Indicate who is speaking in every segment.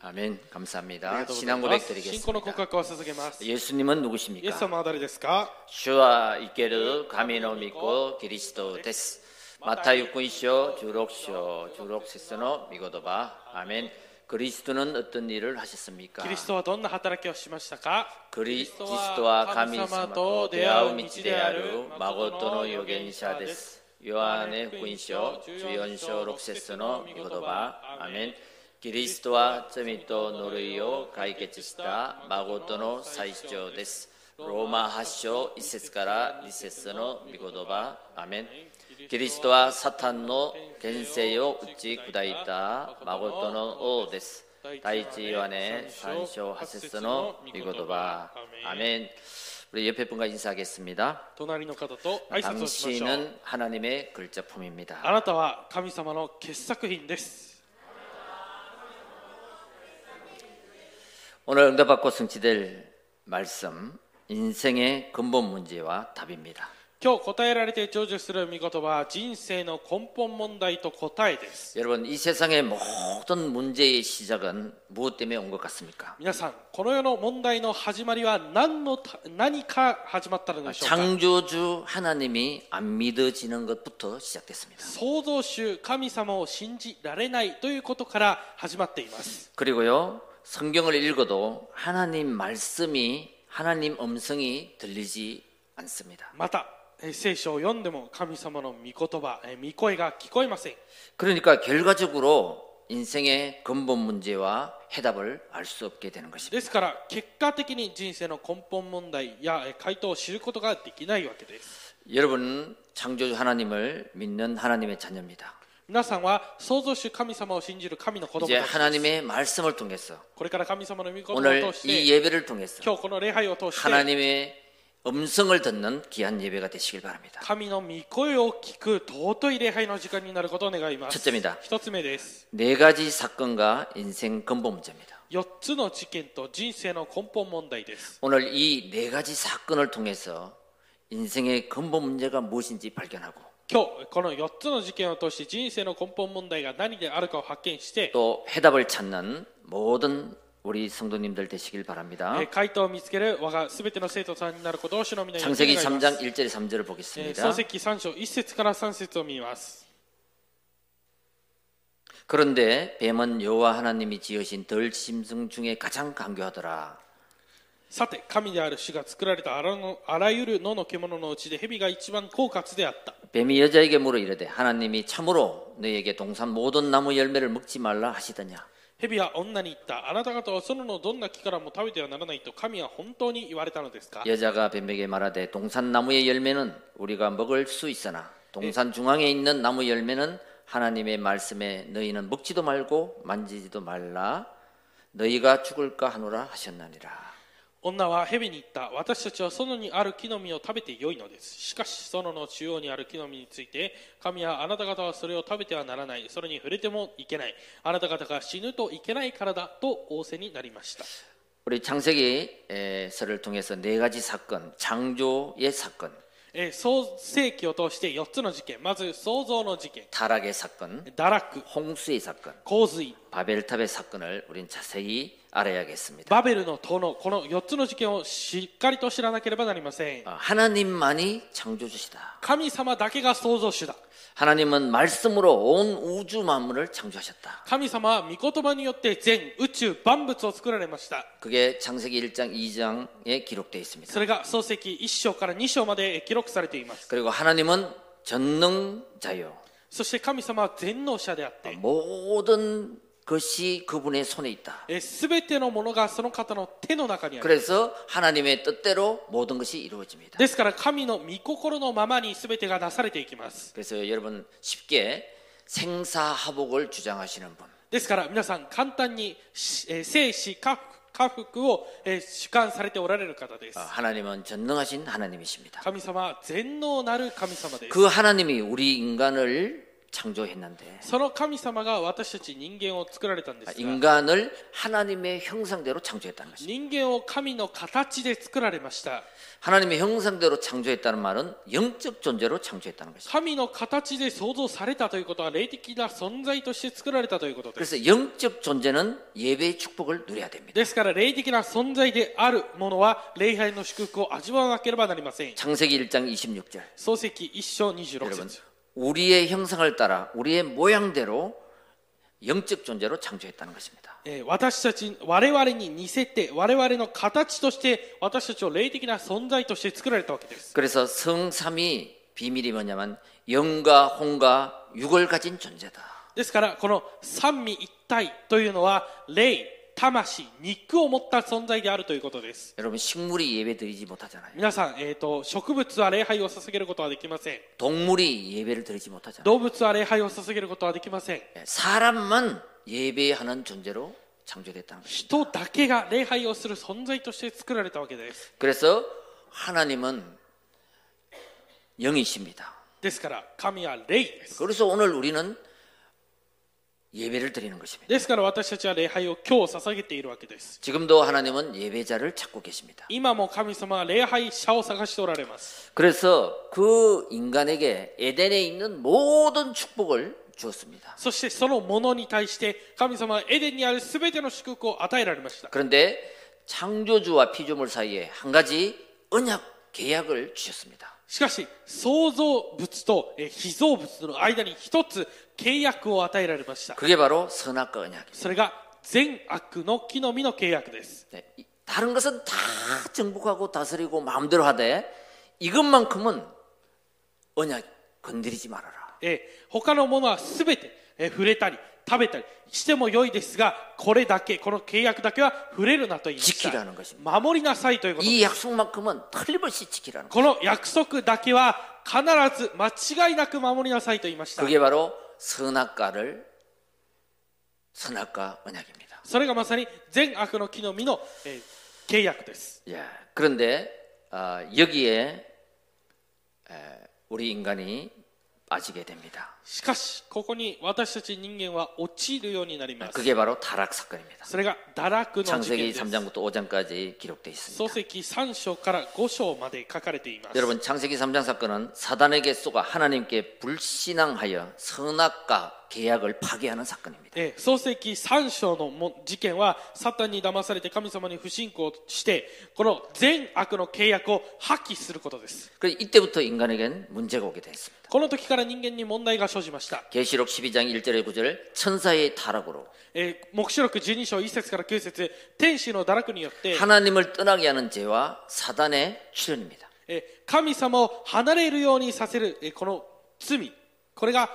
Speaker 1: 아멘. 네, 감사합니다.
Speaker 2: とうござ
Speaker 1: 신
Speaker 2: いま
Speaker 1: 앙 고백
Speaker 2: す信仰の告
Speaker 1: 드리겠습니다.
Speaker 2: 白を捧げますイ
Speaker 1: 예수님은
Speaker 2: エス
Speaker 1: 누구십니까?
Speaker 2: 様は誰ですか
Speaker 1: 주와 이케르 가미노미코 기리스도 데스 마타이 6권 16쇼 16세스노 미고도바 아멘 그리스도는 어떤 일을
Speaker 2: キリ
Speaker 1: 하셨습니까?
Speaker 2: ストはどんな働きをしましたか
Speaker 1: クリストは神様と出会う道である誠の預言者です。ヨハネ福音書14章6節の御言葉、アーメン。キリストは罪と呪いを解決した誠の最長です。ローマ8章1節から2節の御言葉、アーメン。キリストはサタンの権勢を打ち砕いた誠の王です。第一ヨハネ3章8節の御言葉、アーメン。 우리 옆에 분과 인사하겠습니다.
Speaker 2: 隣の方と挨拶をしましょう
Speaker 1: 당신은 하나님의
Speaker 2: あ
Speaker 1: 글자품입니다.
Speaker 2: なたは神様の傑作品です
Speaker 1: 오늘 응답받고 성취될 말씀, 인생의 근본 문제와 답입니다.
Speaker 2: 今日答えられて成就する御言葉は人生の根本問題と答えです
Speaker 1: 여러분, 이 세상의 모든 문제의 시작은 무엇 때문에 온 것 같습니까?
Speaker 2: 皆さんこの世の問題の始まりは何のた何か始まったのでしょうか
Speaker 1: 창조주 하나님이 안 믿어지는 것부터 시작됐습니다.
Speaker 2: 創造主神様を信じられないということから始まっています
Speaker 1: 그리고요, 성경을 읽어도 하나님 말씀이, 하나님 음성이 들리지 않습니다.
Speaker 2: またえー聖書を読んでも神様の御言葉えー御声が聞こえません
Speaker 1: 그러니까 결과적으로 인생의 근본 문제와 해답을 알 수 없게 되는 것입니다.
Speaker 2: ですから結果的に人生の根本問題やえー回答を知ることができないわけです
Speaker 1: 여러분은 창조주 하나님을 믿는 하나님의 자녀입니다.
Speaker 2: 皆さんは創造主神様を信じる神の子供
Speaker 1: 이제
Speaker 2: たち
Speaker 1: 하나님의 말씀을 통해서
Speaker 2: これから神様の御言葉
Speaker 1: 오늘
Speaker 2: を通し
Speaker 1: 이
Speaker 2: て
Speaker 1: 예배를 통해서
Speaker 2: 今日この礼拝を通して
Speaker 1: 하나님의 음성을 듣는 귀한 예배가 되시길 바랍니다.
Speaker 2: 神の御声を聞く尊い礼拝の時間になることを願います
Speaker 1: 첫째입니다
Speaker 2: 一つ目です
Speaker 1: 네 가지 사건과 인생 근본 문제입니다.
Speaker 2: 4つの事件と人生の根本問題です
Speaker 1: 오늘 이 네 가지 사건을 통해서 인생의 근본 문제가 무엇인지 발견하고
Speaker 2: 今日この4つの事件を通して人生の根本問題が何であるかを発見して
Speaker 1: 또 해답을 찾는 모든 우리 성도님들 되시길 바랍니다.
Speaker 2: えー回答を見つける我が全ての生徒さんになることを主の皆によって願い
Speaker 1: 창세기
Speaker 2: ます
Speaker 1: 3장 1절 3절을
Speaker 2: えー
Speaker 1: 보겠습니다.
Speaker 2: 創世記3章1節から3節を見ます。
Speaker 1: 그런데 뱀은 여호와 하나님이 지으신 덜 짐승 중에 가장 강교하더라.
Speaker 2: さて、神である主が作られたあらのあらゆる野の獣のうちで蛇が一番狡猾であった。
Speaker 1: 뱀이 여자에게 물어 이르되 하나님이 참으로 너에게 동산 모든 나무 열매를 먹지 말라 하시더냐.
Speaker 2: 蛇は女に言った。あなた方は園のどんな木からも食べてはならないと神は本当に言われたのですか
Speaker 1: 여자가 뱀에게 말하되 동산 나무의 열매는 우리가 먹을 수 있으나 동산 중앙에 있는 나무 열매는 하나님의 말씀에 너희는 먹지도 말고 만지지도 말라 너희가 죽을까 하노라 하셨나니라.
Speaker 2: 女は蛇に言った私たちは園にある木の実を食べてよいのですしかし園の中央にある木の実について神はあなた方はそれを食べてはならないそれに触れてもいけないあなた方が死ぬといけないからだと仰せになりました
Speaker 1: 우리 창세기서를 통해서 네 가지 사건, 창조의 사건,
Speaker 2: えー創世記を通して4つの事件まず創造の事件
Speaker 1: 타락의 사건,
Speaker 2: 堕落
Speaker 1: 홍수의 사건,
Speaker 2: 洪水
Speaker 1: 바벨탑의 사건을 우린 자세히 알아야겠습니다.
Speaker 2: バベルの殿この4つの事件をしっかりと知らなければなりません
Speaker 1: 아, 하나님만이 창조주시다.
Speaker 2: 神様だけが創造主だ
Speaker 1: 하나님은 말씀으로 온 우주 만물을 창조하셨다.
Speaker 2: 神様は御言葉によって全宇宙万物を作られました
Speaker 1: 그게 창세기 1장, 2장에 기록되어 있습니다.
Speaker 2: それが創世記1章から2章まで記録されています。
Speaker 1: 그리고 하나님은 전능자요.
Speaker 2: そして神様は全能者であって、
Speaker 1: 모든 것이 그분의 손에 있다.
Speaker 2: すべてのものがその方の手の中にある。
Speaker 1: 그래서 하나님의 뜻대로 모든 것이 이루어집니다.
Speaker 2: ですから神の御心のままにすべてがなされていきます。
Speaker 1: 그래서 여러분 쉽게 생사하복을 주장하시는 분,
Speaker 2: ですから皆さん簡単に、しえー生死下腹下腹を、えー主観されておられる方です
Speaker 1: 어, 。 하나님은 전능하신 하나님이십니다.
Speaker 2: 神様は全能なる神様です。
Speaker 1: 그 하나님이 우리 인간을 창조했는데 아,
Speaker 2: その神様が私たち人間を作られたんですが
Speaker 1: 인간을 하나님의 형상대로 창조했다는 것입니다.
Speaker 2: 人間を神の形で作られました
Speaker 1: 하나님의 형상대로 창조했다는 말은 영적 존재로 창조했다는 것입니다.
Speaker 2: 神の形で創造されたということは霊的な存在として作られたということです
Speaker 1: 그래서 영적 존재는 예배의 축복을 누려야 됩니다.
Speaker 2: ですから霊的な存在であるものは礼拝の祝福を味わわなければなりません
Speaker 1: 창세기 1장 26절.
Speaker 2: 創世記1章26
Speaker 1: 여러분,
Speaker 2: 節
Speaker 1: 우리의 형상을 따라 우리의 모양대로 영적 존재로 창조했다는 것입니다.
Speaker 2: えー私たち我々に似せて我々の形として私たちを霊的な存在として作られたわけです
Speaker 1: 그래서 성삼이 비밀이 뭐냐면 영과 홍과 육을 가진 존재다.
Speaker 2: ですからこの三位一体というのは霊魂肉を持った存在であるということです
Speaker 1: 여러분 식물이 예배드리지 못하잖아요.
Speaker 2: 皆さん、えー、と植物は礼拝を捧げることはできません
Speaker 1: 동물이 예배를 드리지 못하잖아요. 예,
Speaker 2: 動物は礼拝を捧げることはできません
Speaker 1: 사람만 예배하는 존재로 창조됐다는 것입니다.
Speaker 2: 人だけが礼拝をする存在として作られたわけです
Speaker 1: 그래서 하나님은 영이십니다.
Speaker 2: ですから神は霊です
Speaker 1: 그래서 오늘 우리는 예배를 드리는 것입니다.
Speaker 2: ですから私たちは礼拝を今日捧げているわけです
Speaker 1: 지금도 하나님은 예배자를 찾고 계십니다.
Speaker 2: 今も神様は礼拝者を探しておられます
Speaker 1: 그래서 그 인간에게 에덴에 있는 모든 축복을 주었습니다.
Speaker 2: そしてそのものに対して神様はエデンにある全ての祝福を与えられました
Speaker 1: 그런데 창조주와 피조물 사이에 한 가지 언약 계약을 주셨습니다.
Speaker 2: しかし創造物とえー被造物との間に一つ契約を与えられました
Speaker 1: 그게 바로 선악과 언약입니다.
Speaker 2: それが善悪の木の実の契約です
Speaker 1: 네, 이- 다른 것은 다 정복하고 다스리고 마음대로 하되 이것만큼은 언약 건드리지 말아라.
Speaker 2: えー他のものは全てえー触れたり食べたりしても良いですがこれだけこの契約だけは触れるなと言いまし
Speaker 1: 지키라는
Speaker 2: た
Speaker 1: 것입니
Speaker 2: 守りなさいということ
Speaker 1: 이 약속만큼은 틀림없이 지키라는 것.
Speaker 2: この約束だけは必ず間違いなく守りなさいと言いました
Speaker 1: 그게 바로 선악과를 선악과 언약입니다.
Speaker 2: それがまさに善悪の木の実の、えー契約です
Speaker 1: 예, 그런데 아, 여기에 에, 우리 인간이 빠지게 됩니다.
Speaker 2: しかしここに私たち人間は陥るようになります
Speaker 1: 그게 바로 타락 사건입니다.
Speaker 2: それが堕落の事件
Speaker 1: 창세기
Speaker 2: です
Speaker 1: 3장부터 5장까지 기록되어 있습니다.
Speaker 2: 創世記3章から5章まで書かれています
Speaker 1: 여러분 창세기 3장 사건은 사단에게 쏘가 하나님께 불신앙하여 선악과 계약을 파괴하는 사건입니다.
Speaker 2: えー創世記3章のも事件はサタンに騙されて神様に不信仰してこの善悪の契約を破棄することです
Speaker 1: 그래서 이때부터 인간에겐 문제가 오게 되었습니다.
Speaker 2: この時から人間に問題が生じました、
Speaker 1: 계시록 12장 1절의 9절 천사의 타락으로
Speaker 2: えー黙示録12章1節から9節天使の堕落によって、
Speaker 1: 하나님을 떠나게 하는 죄와 사단의 출현입니다.
Speaker 2: えー神様を離れるようにさせる、えーこの罪これが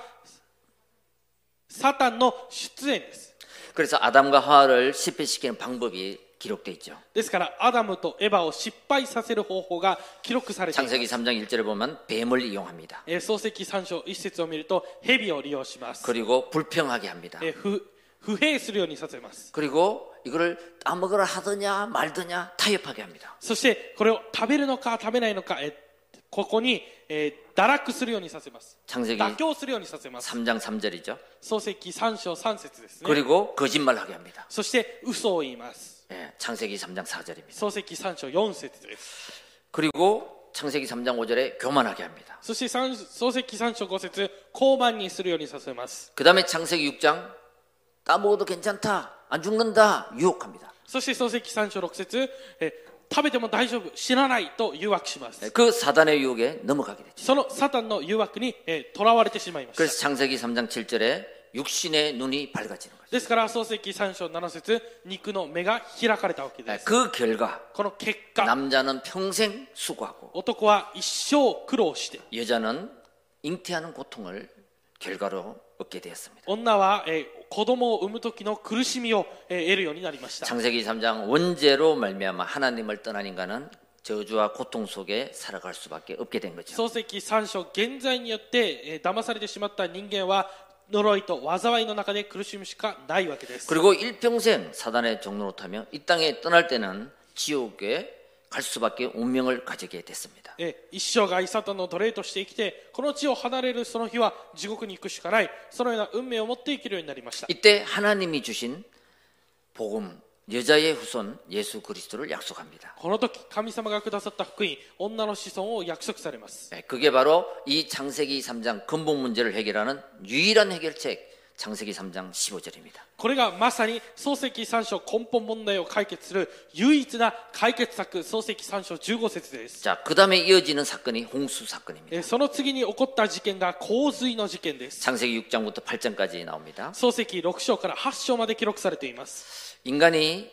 Speaker 2: サタンの出演です
Speaker 1: 그래서 아담과 하와를 실패시키는 방법이 기록되어 있죠.
Speaker 2: ですからアダムとエバを失敗させる方法が記録されています
Speaker 1: 창세기 3장 1절에 보면 뱀을 이용합니다.
Speaker 2: えー創世記3章1節を見ると蛇を利用します、
Speaker 1: 그리고 불평하게 합니다.
Speaker 2: えー不不平するようにさせます
Speaker 1: 그리고 이거를 따먹으라 하더냐 말더냐 타협하게 합니다.
Speaker 2: そしてこれを食べるのか食べないのか、えーここに、えー堕落するようにさせます
Speaker 1: 창세기
Speaker 2: 妥協するようにさせます
Speaker 1: 3장 3절이죠.
Speaker 2: 創世記3章3節ですね
Speaker 1: 그리고 거짓말하게 합니다.
Speaker 2: そして嘘を言います
Speaker 1: 예, 창세기 3장 4절입니다.
Speaker 2: 創世記3章4節です
Speaker 1: 그리고 창세기 3장 5절에 교만하게 합니다.
Speaker 2: そして三漱石三章五節交番にするようにさせます
Speaker 1: 그 다음에 창세기 6장 따먹어도 괜찮다 안 죽는다 유혹합니다.
Speaker 2: そして漱石三章六節え食べても大丈夫死なないと誘惑しま
Speaker 1: 예,
Speaker 2: す
Speaker 1: 그 사단의 유혹에 넘어가게 되죠.
Speaker 2: そのサタンの誘惑にとらわれてしまいました
Speaker 1: 그래서 창세기 3장 7절에 육신의 눈이 밝아지는 거죠.
Speaker 2: ですから漱石三章七節肉の目が開かれたわけ
Speaker 1: 예,
Speaker 2: です
Speaker 1: 그 결과
Speaker 2: この結果
Speaker 1: 남자는 평생 수고하고
Speaker 2: 男は一生苦労して
Speaker 1: 여자는 잉태하는 고통을 결과로 얻게 되었습니다.
Speaker 2: 女はえー子供を産む時の苦しみをえー得るようになりました
Speaker 1: 창세기 3장 원죄로 말미암아 하나님을 떠난 인간은 저주와 고통 속에 살아갈 수밖에 없게 된 거죠.
Speaker 2: 漱石三章現在によってえー騙されてしまった人間は呪いと災いの中で苦しむしかないわけです
Speaker 1: 그리고 일평생 사단의 종로로 타며 이 땅에 떠날 때는 지옥에 갈 수밖에 운명을 가지게 됐습니다.
Speaker 2: えー一生がイサタンの奴隷として生きてこの地を離れるその日は地獄に行くしかないそのような運命を持って生きるようになりました
Speaker 1: 이때 하나님이 주신 복음 여자의 후손 예수 그리스도를 약속합니다.
Speaker 2: この時神様がくださった福音女の子孫を約束されます
Speaker 1: 예, 그게 바로 이 창세기 3장 근본 문제를 해결하는 유일한 해결책 창세기 3장 15절입니다.
Speaker 2: これがまさに漱石3章根本問題を解決する唯一な解決策漱石3章15節です、
Speaker 1: 자, 그다음에 이어지는 사건이 홍수 사건입니다.
Speaker 2: えーその次に起こった事件が洪水の事件です
Speaker 1: 창세기 6장부터 8장까지 나옵니다.
Speaker 2: 漱石6章から8章まで記録されています
Speaker 1: 인간이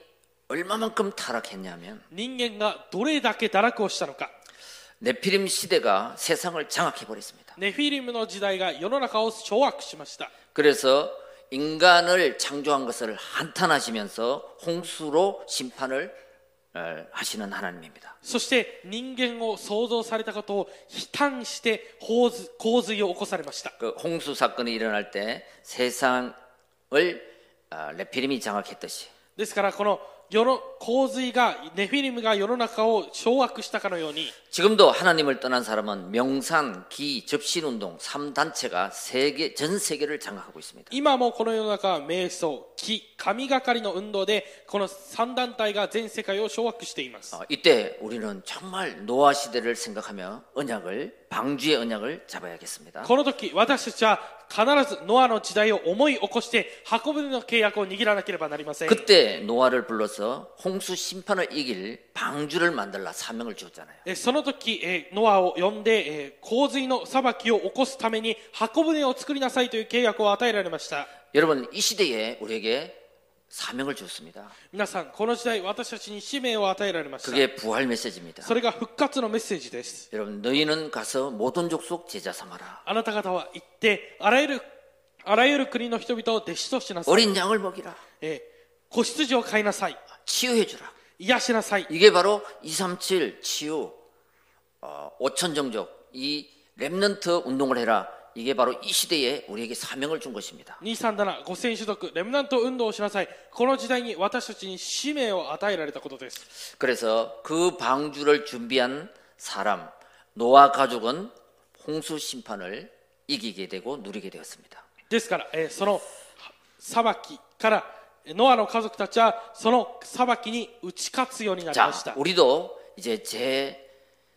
Speaker 1: 얼마만큼 타락했냐면
Speaker 2: 人間がどれだけ堕落をしたのか
Speaker 1: 네피림 시대가 세상을 장악해 버렸습니다.
Speaker 2: ネフィリムの時代が世の中を掌握しました
Speaker 1: 그래서 인간을 창조한 것을 한탄하시면서 홍수로 심판을 어, 하시는 하나님입니다.
Speaker 2: そして人間を創造されたことを悲嘆して洪水洪水を起こされました
Speaker 1: 그 홍수 사건이 일어날 때 세상을 아, 레피림이 장악했듯이
Speaker 2: ですからこの世の洪水がネフィリムが世の中を掌握したかのように
Speaker 1: 지금도 하나님을 떠난 사람은 명산, 기, 접신 운동 3단체가 세계 전 세계를 장악하고 있습니다.
Speaker 2: 今もこの世の中は瞑想気神がかりの運動でこの3団体が全世界を掌握しています
Speaker 1: 어, 이때 우리는 정말 노아 시대를 생각하며 언약을 방주의 언약을 잡아야겠습니다.
Speaker 2: この時私たちは必ずノアの時代を思い起こして箱舟の契約を握らなければなりません
Speaker 1: 그때 노아를 불러서 홍수 심판을 이길 방주를 만들라 사명을 주었잖아요.
Speaker 2: えその時、えーノアを呼んで、えー洪水の裁きを起こすために箱舟を作りなさいという契約を与えられました
Speaker 1: 여러분 이 시대에 우리에게 사명을 주었습니다.
Speaker 2: 皆さんこの時代私たちに使命を与えられました
Speaker 1: 그게 부활 메시지입니다.
Speaker 2: それが復活のメッセージです
Speaker 1: 여러분 너희는 가서 모든 족속 제자 삼아라.
Speaker 2: あなた方は行ってあらゆるあらゆる国の人々を弟子としなさい、
Speaker 1: 어린 양을 먹이라.
Speaker 2: えー子羊を飼いなさい
Speaker 1: 치유해 주라.
Speaker 2: 癒しなさい
Speaker 1: 이게 바로 237 치유 어, 5천 정적 이 렘넌트 운동을 해라. 이게 바로 이 시대에 우리에게 사명을 준 것입니다.
Speaker 2: 237、5000種族、レムナント運動をしなさい。この時代に私たちに使命を与えられたことです。
Speaker 1: 그래서 그 방주를 준비한 사람 노아 가족은 홍수 심판을 이기게 되고 누리게 되었습니다.
Speaker 2: ですから、えーそのは裁きから、えーノアの家族たちは、その裁きに打ち勝つようになりま
Speaker 1: 자
Speaker 2: した。
Speaker 1: 우리도 이제 제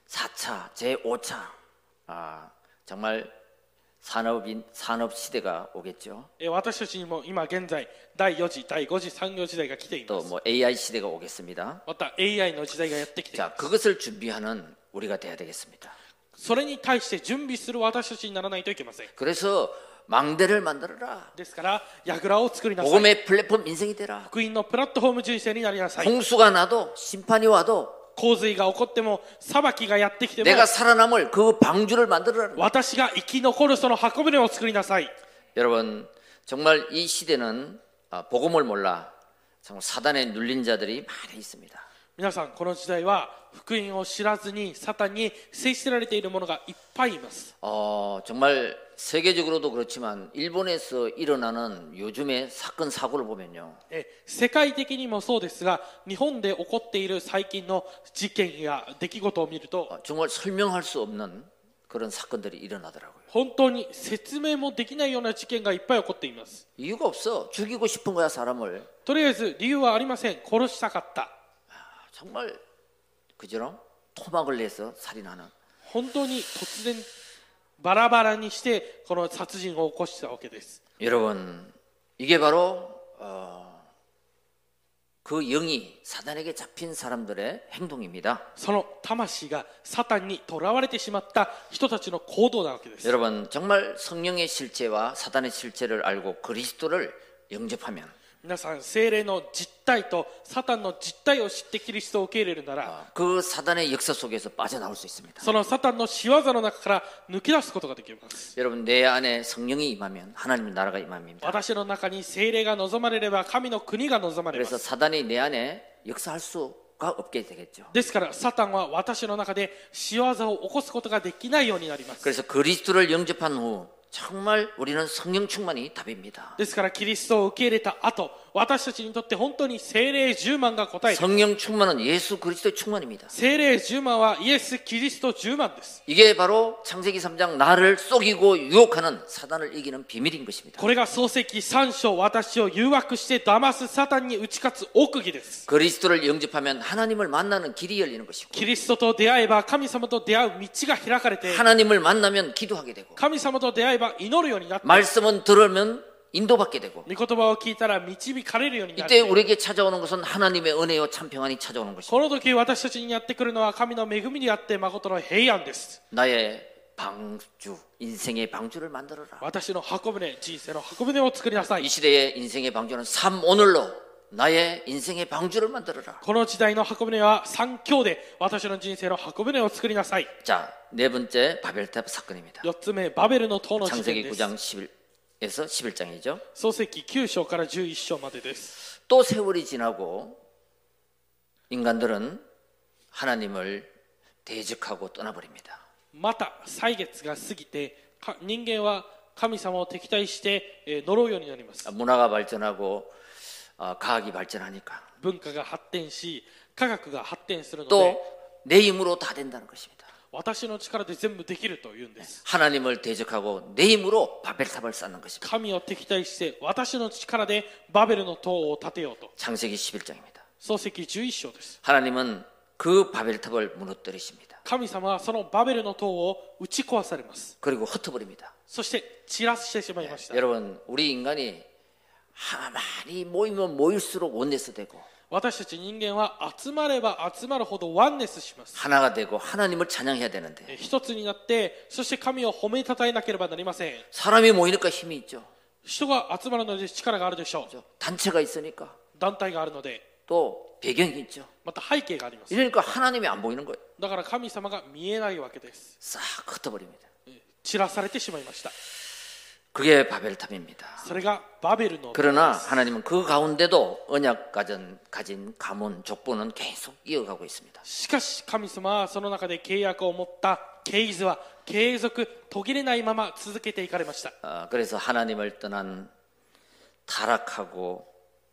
Speaker 1: 4차, 제 5차 아 정말 산업인 산업 시대가 오겠죠.
Speaker 2: えー私たちにも今現在、第4次、第5次産業時代が来ていま
Speaker 1: 또
Speaker 2: す。
Speaker 1: 뭐 AI 시대가 오겠습니다.
Speaker 2: また AI の時代がやってきています
Speaker 1: 자 그것을 준비하는 우리가 돼야 되겠습니다.
Speaker 2: それに対して準備する私たちにならないといけません。
Speaker 1: 그래서 망대를 만들어라.
Speaker 2: ですから、櫓を作りなさい。
Speaker 1: 복음의 플랫폼 인생이 되라.
Speaker 2: 福音のプラットフォーム人生になりなさい。
Speaker 1: 홍수가 나도 심판이 와도
Speaker 2: 洪水が起こっても、裁きがやってきても、
Speaker 1: 내가 살아남을 그 방주를 만들어라.
Speaker 2: 私が生き残るその箱舟を作りなさい
Speaker 1: 여러분 정말 이 시대는 아, 복음을 몰라 정말 사단에 눌린 자들이 많이 있습니다.
Speaker 2: 皆さんこの時代は福音を知らずにサタンに制してられている者がいっぱいいます
Speaker 1: 어, 정말 세계적으로도 그렇지만 일본에서 일어나는 요즘의 사건 사고를 보면요.
Speaker 2: え世界的にもそうですが日本で起こっている最近の事件や出来事を見ると
Speaker 1: 어, 정말 설명할 수 없는 그런 사건들이 일어나더라고요.
Speaker 2: 本当に説明もできないような事件がいっぱい起こっています
Speaker 1: 이유가 없어. 죽이고 싶은 거야 사람을.
Speaker 2: とりあえず理由はありません殺したかった
Speaker 1: 아, 정말 그처럼 토막을 내서 살인하는.
Speaker 2: 本当に突然バラバラにしてこの殺人を起こしたわけです
Speaker 1: 여러분 이게 바로 어, 그 영이 사단에게 잡힌 사람들의 행동입니다.
Speaker 2: その魂がサタンに囚われてしまった人たちの行動なわけです
Speaker 1: 여러분 정말 성령의 실체와 사단의 실체를 알고 그리스도를 영접하면
Speaker 2: 皆さん精霊の実態とサタンの実態を知ってキリストを受け入れるなら
Speaker 1: 그 사단의 역사 속에서 빠져나올 수 있습니다.
Speaker 2: そのサタンの仕業の中から抜け出すことができます
Speaker 1: 여러분 내 안에 성령이 임하면 하나님 나라가 임합니다.
Speaker 2: 私の中に精霊が望まれれば神の国が望まれま
Speaker 1: 그래서
Speaker 2: す
Speaker 1: 사단이 내 안에 역사할 수가 없게 되겠죠.
Speaker 2: ですからサタンは私の中で仕業を起こすことができないようになります
Speaker 1: 그래서 그리스도를 영접한 후 정말 우리는 성령 충만이 답입니다.
Speaker 2: ですからキリストを受け入れた後私たちにとって本当に精霊10万が答えです
Speaker 1: 성령 충만은 예수 그리스도의 충만입니다.
Speaker 2: 精霊10万はイエス・キリスト10万です
Speaker 1: 이게 바로 창세기 3장 나를 속이고 유혹하는 사단을 이기는 비밀인 것입니다.
Speaker 2: これが漱石三章私を誘惑して騙すサタンに打ち勝つ奥義です
Speaker 1: 그리스도를 영접하면 하나님을 만나는 길이 열리는 것이고
Speaker 2: キリストと出会えば神様と出会う道が開かれて
Speaker 1: 하나님을 만나면 기도하게 되고
Speaker 2: 神様と出会えば祈るようになって
Speaker 1: 말씀은 들으면 인도받게 되고
Speaker 2: 御言葉を聞いたら導かれるようになっ
Speaker 1: 이때
Speaker 2: て
Speaker 1: 우리에게 찾아오는 것은 하나님의 은혜요 참 평안이 찾아오는 것이고
Speaker 2: この時私たちにやってくるのは神の恵みにあって誠の平安です
Speaker 1: 나의 방주 인생의 방주를 만들어라.
Speaker 2: 私の箱舟人生の箱舟を作りなさ
Speaker 1: 이
Speaker 2: い
Speaker 1: 시대의 인생의 방주는 삼 오늘로 나의 인생의 방주를 만들어라.
Speaker 2: この時代の箱舟は三強で私の人生の箱舟を作りなさい
Speaker 1: 자, 네 번째 바벨탑 사건입니다.
Speaker 2: 四つ目バベルの塔の事
Speaker 1: 창세기
Speaker 2: 件です
Speaker 1: 9장 11에서 11장이죠.
Speaker 2: 漱石9章から11章までです
Speaker 1: 또 세월이 지나고 인간들은 하나님을 대적하고 떠나버립니다.
Speaker 2: また歳月が過ぎてか人間は神様を敵対して、えー呪うようになります
Speaker 1: 문화가 발전하고 아, 과학이 발전하니까
Speaker 2: 文化が発展し科学が発展するの
Speaker 1: 또
Speaker 2: で
Speaker 1: 내 힘으로 다 된다는 것입니다.
Speaker 2: 私の力で全部できるというんです
Speaker 1: 하나님을 대적하고 내 힘으로 바벨탑을 쌓는 것입니다.
Speaker 2: 神を敵対して私の力でバベルの塔を建てようと
Speaker 1: 창세기 11장입니다.
Speaker 2: 漱石11章です
Speaker 1: 하나님은 그 바벨탑을 무너뜨리십니다.
Speaker 2: 神様はそのバベルの塔を打ち壊されます
Speaker 1: 그리고 흩어버립니다.
Speaker 2: そして散らしてしまいました
Speaker 1: 여러분, 우리 인간이 하나 많이 모이면 모일수록 원내서 되고
Speaker 2: 私たち人間は集まれば集まるほどワンネスします
Speaker 1: 하나가 되고 하나님을 찬양해야 되는데
Speaker 2: え一つになってそして神を褒めたたえなければなりません
Speaker 1: 사람이 모이니까 힘이 있죠.
Speaker 2: 人が集まるので力があるでしょう
Speaker 1: 그죠? 단체가 있으니까
Speaker 2: 団体があるので
Speaker 1: 또 배경이 있죠.
Speaker 2: また背景があります
Speaker 1: 이러니까 하나님이 안 보이는 거예요.
Speaker 2: だから神様が見えないわけです
Speaker 1: 싹 흩어버립니다.
Speaker 2: 散らされてしまいました
Speaker 1: 그게 바벨탑입니다.
Speaker 2: それがバベルの
Speaker 1: 그러나 하나님은 그 가운데도 언약 가진, 가진 가문, 족보는 계속 이어가고 있습니다.
Speaker 2: しかし神様はその中で契約を持った経図は継続途切れないまま続けていかれました
Speaker 1: 아, 그래서 하나님을 떠난 타락하고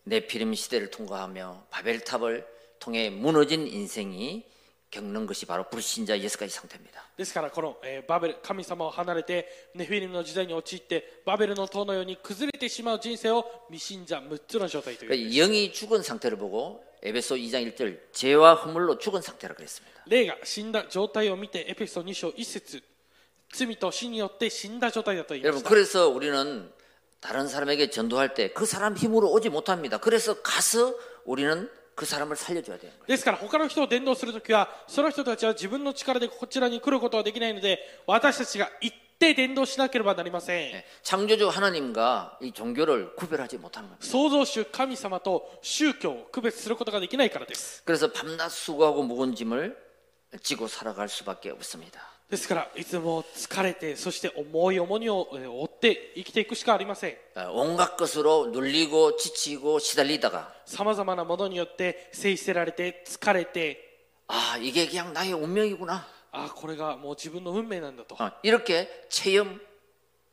Speaker 1: 네피림 시대를 통과하며 바벨탑을 통해 무너진 인생이 겪는 것이 바로 불신자 예수까지 상태입니다.
Speaker 2: ですからこの、えーバベル神様を離れてネフィリムの時代に陥ってバベルの塔のように崩れてしまう人生を未信者6つの状態という
Speaker 1: 그러니까 영이 죽은 상태를 보고 에베소 2장 1절 죄와 허물로 죽은 상태라 그랬습니다.
Speaker 2: 霊が死んだ状態を見てエペソ2章1節罪と死によって死んだ状態だと言いま
Speaker 1: 여러분
Speaker 2: した
Speaker 1: 그래서 우리는 다른 사람에게 전도할 때 그 사람 힘으로 오지 못합니다. 그래서 가서 우리는 그 사람을 살려줘야 돼요.
Speaker 2: ですから他の人を伝道するときはその人たちは自分の力でこちらに来ることはできないので私たちが行って伝道しなければなりません、
Speaker 1: 예, 창조주 하나님과 이 종교를 구별하지 못하는 겁니다.
Speaker 2: 創造主神様と宗教を区別することができないからです
Speaker 1: 그래서 밤낮 수고하고 무거운 짐을 지고 살아갈 수밖에 없습니다.
Speaker 2: ですからいつも疲れてそして重い重荷をえー負って生きていくしかありません
Speaker 1: 어, 온갖 것으로 눌리고 지치고 시달리다가
Speaker 2: さまざまなものによって制せられて疲れて
Speaker 1: 아 이게 그냥 나의 운명이구나
Speaker 2: ああこれがもう自分の運命なんだと
Speaker 1: 어, 이렇게 체험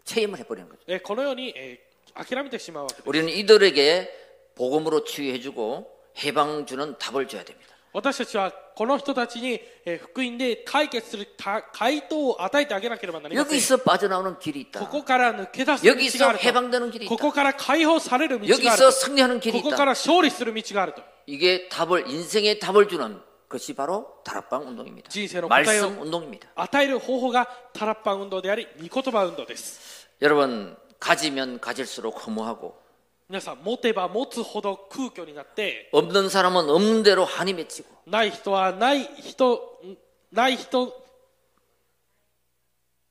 Speaker 1: 체험을 해버리는 거죠.
Speaker 2: えーこのように、えー諦めてしまうわけです
Speaker 1: 우리는 이들에게 복음으로 치유해주고 해방 주는 답을 줘야 됩니다.
Speaker 2: 私たちはこの人たちに、えー福音で解決するた回答を与えてあげなければなりません
Speaker 1: 여기서 빠져나오는 길이
Speaker 2: こ
Speaker 1: 있다.
Speaker 2: こから抜け出す道があ
Speaker 1: 여기서
Speaker 2: ると
Speaker 1: 해방되는 길이
Speaker 2: こ
Speaker 1: 있다.
Speaker 2: こから解放される道がある
Speaker 1: 여기서 승리하는
Speaker 2: と
Speaker 1: 길이
Speaker 2: ここから
Speaker 1: 있다.
Speaker 2: 勝利する道があると
Speaker 1: 이게 답을 인생의 답을 주는 것이 바로 다락방 운동입니다.
Speaker 2: 진세로
Speaker 1: 말씀
Speaker 2: 고타요.
Speaker 1: 운동입니다.
Speaker 2: 与える方法がタラッパン運動であり御言葉運動です
Speaker 1: 여러분 가지면 가질수록 허무하고
Speaker 2: 皆さん持てば持つほど空虚になって
Speaker 1: 없는 사람은 없는 대로 한이 맺히고
Speaker 2: ない人はない人んない人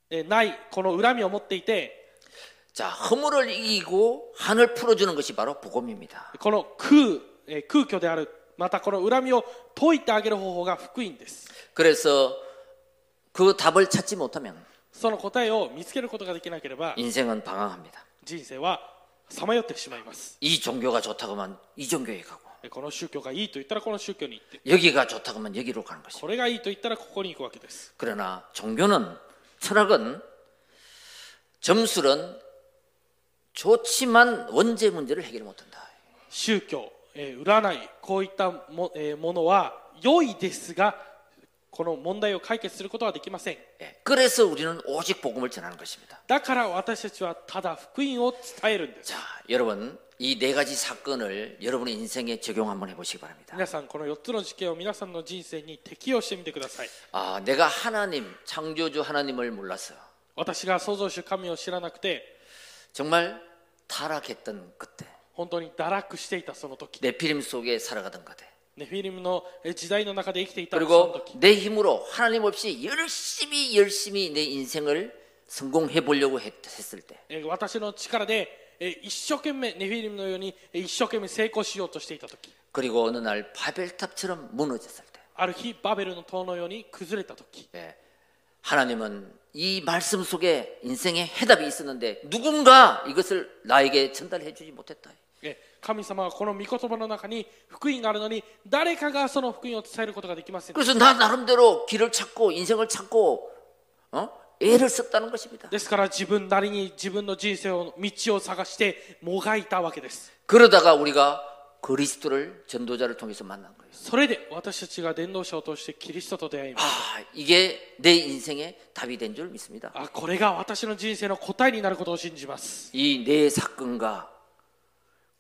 Speaker 2: えーないこの恨みを持っていて
Speaker 1: 자 허물을 이기고 한을 풀어주는 것이 바로 복음입니다.
Speaker 2: この空えー空虚であるまたこの恨みを解いてあげる方法が福音です
Speaker 1: 그래서 그 답을 찾지 못하면
Speaker 2: その答えを見つけることができなければ
Speaker 1: 인생은 방황합니다.
Speaker 2: 人生はさまよってしまいます
Speaker 1: 이 종교가 좋다고 하면 이 종교에 가고
Speaker 2: えーこの宗教がいいと言ったらこの宗教に行って
Speaker 1: 여기가 좋다고 하면 여기로 가는 것이죠.
Speaker 2: これがいいと言ったらここに行くわけです
Speaker 1: 그러나 종교는 철학은 점술은 좋지만 원죄 문제를 해결 못한다.
Speaker 2: 宗教、えー占いこういったも,、えーものは良いですがこの問題を解決することはできません
Speaker 1: 예, 그래서 우리는 오직 복음을 전하는 것입니다.
Speaker 2: だから私たちはただ福音を伝えるんです
Speaker 1: 자, 여러분 이 네 가지 사건을 여러분의 인생에 적용 한번 해보시기 바랍니다.
Speaker 2: 皆さんこの4つの事件を皆さんの人生に適用してみてください
Speaker 1: 아, 내가 하나님 창조주 하나님을 몰랐어요.
Speaker 2: 私が創造主神を知らなくて
Speaker 1: 정말 타락했던 그때
Speaker 2: 本当に堕落していたその時
Speaker 1: 내 피림 속에 살아가던 그때
Speaker 2: ネフィリムのえ時代の中で生きていたその
Speaker 1: 그리고
Speaker 2: 時
Speaker 1: 내 힘으로 하나님 없이 열심히 열심히 내 인생을 성공해 보려고 했, 했을 때
Speaker 2: えー私の力でえー一生懸命ネフィリムのようにえー一生懸命成功しようとしていた時
Speaker 1: 그리고 어느 날 바벨탑처럼 무너졌을 때
Speaker 2: ある日バベルの塔のように崩れた時
Speaker 1: 예, 하나님은 이 말씀 속에 인생의 해답이 있었는데 누군가 이것을 나에게 전달해 주지 못했다.
Speaker 2: えー神様はこの御言葉の中に福音があるのに誰かがその福音を伝えることができません
Speaker 1: 그래서 나 나름대로 길을 찾고 인생을 찾고 어? 애를 썼다는 것입니다.
Speaker 2: ですから自分なりに自分の人生を道を探してもがいたわけです
Speaker 1: 그러다가 우리가 그리스도를 전도자를 통해서 만난 거예요.
Speaker 2: それで私たちが伝道者を通してキリストと出会いました
Speaker 1: 아, 이게 내 인생의 답이 된 줄 믿습니다.
Speaker 2: あこれが私の人生の答えになることを信じます
Speaker 1: 이 내 사건과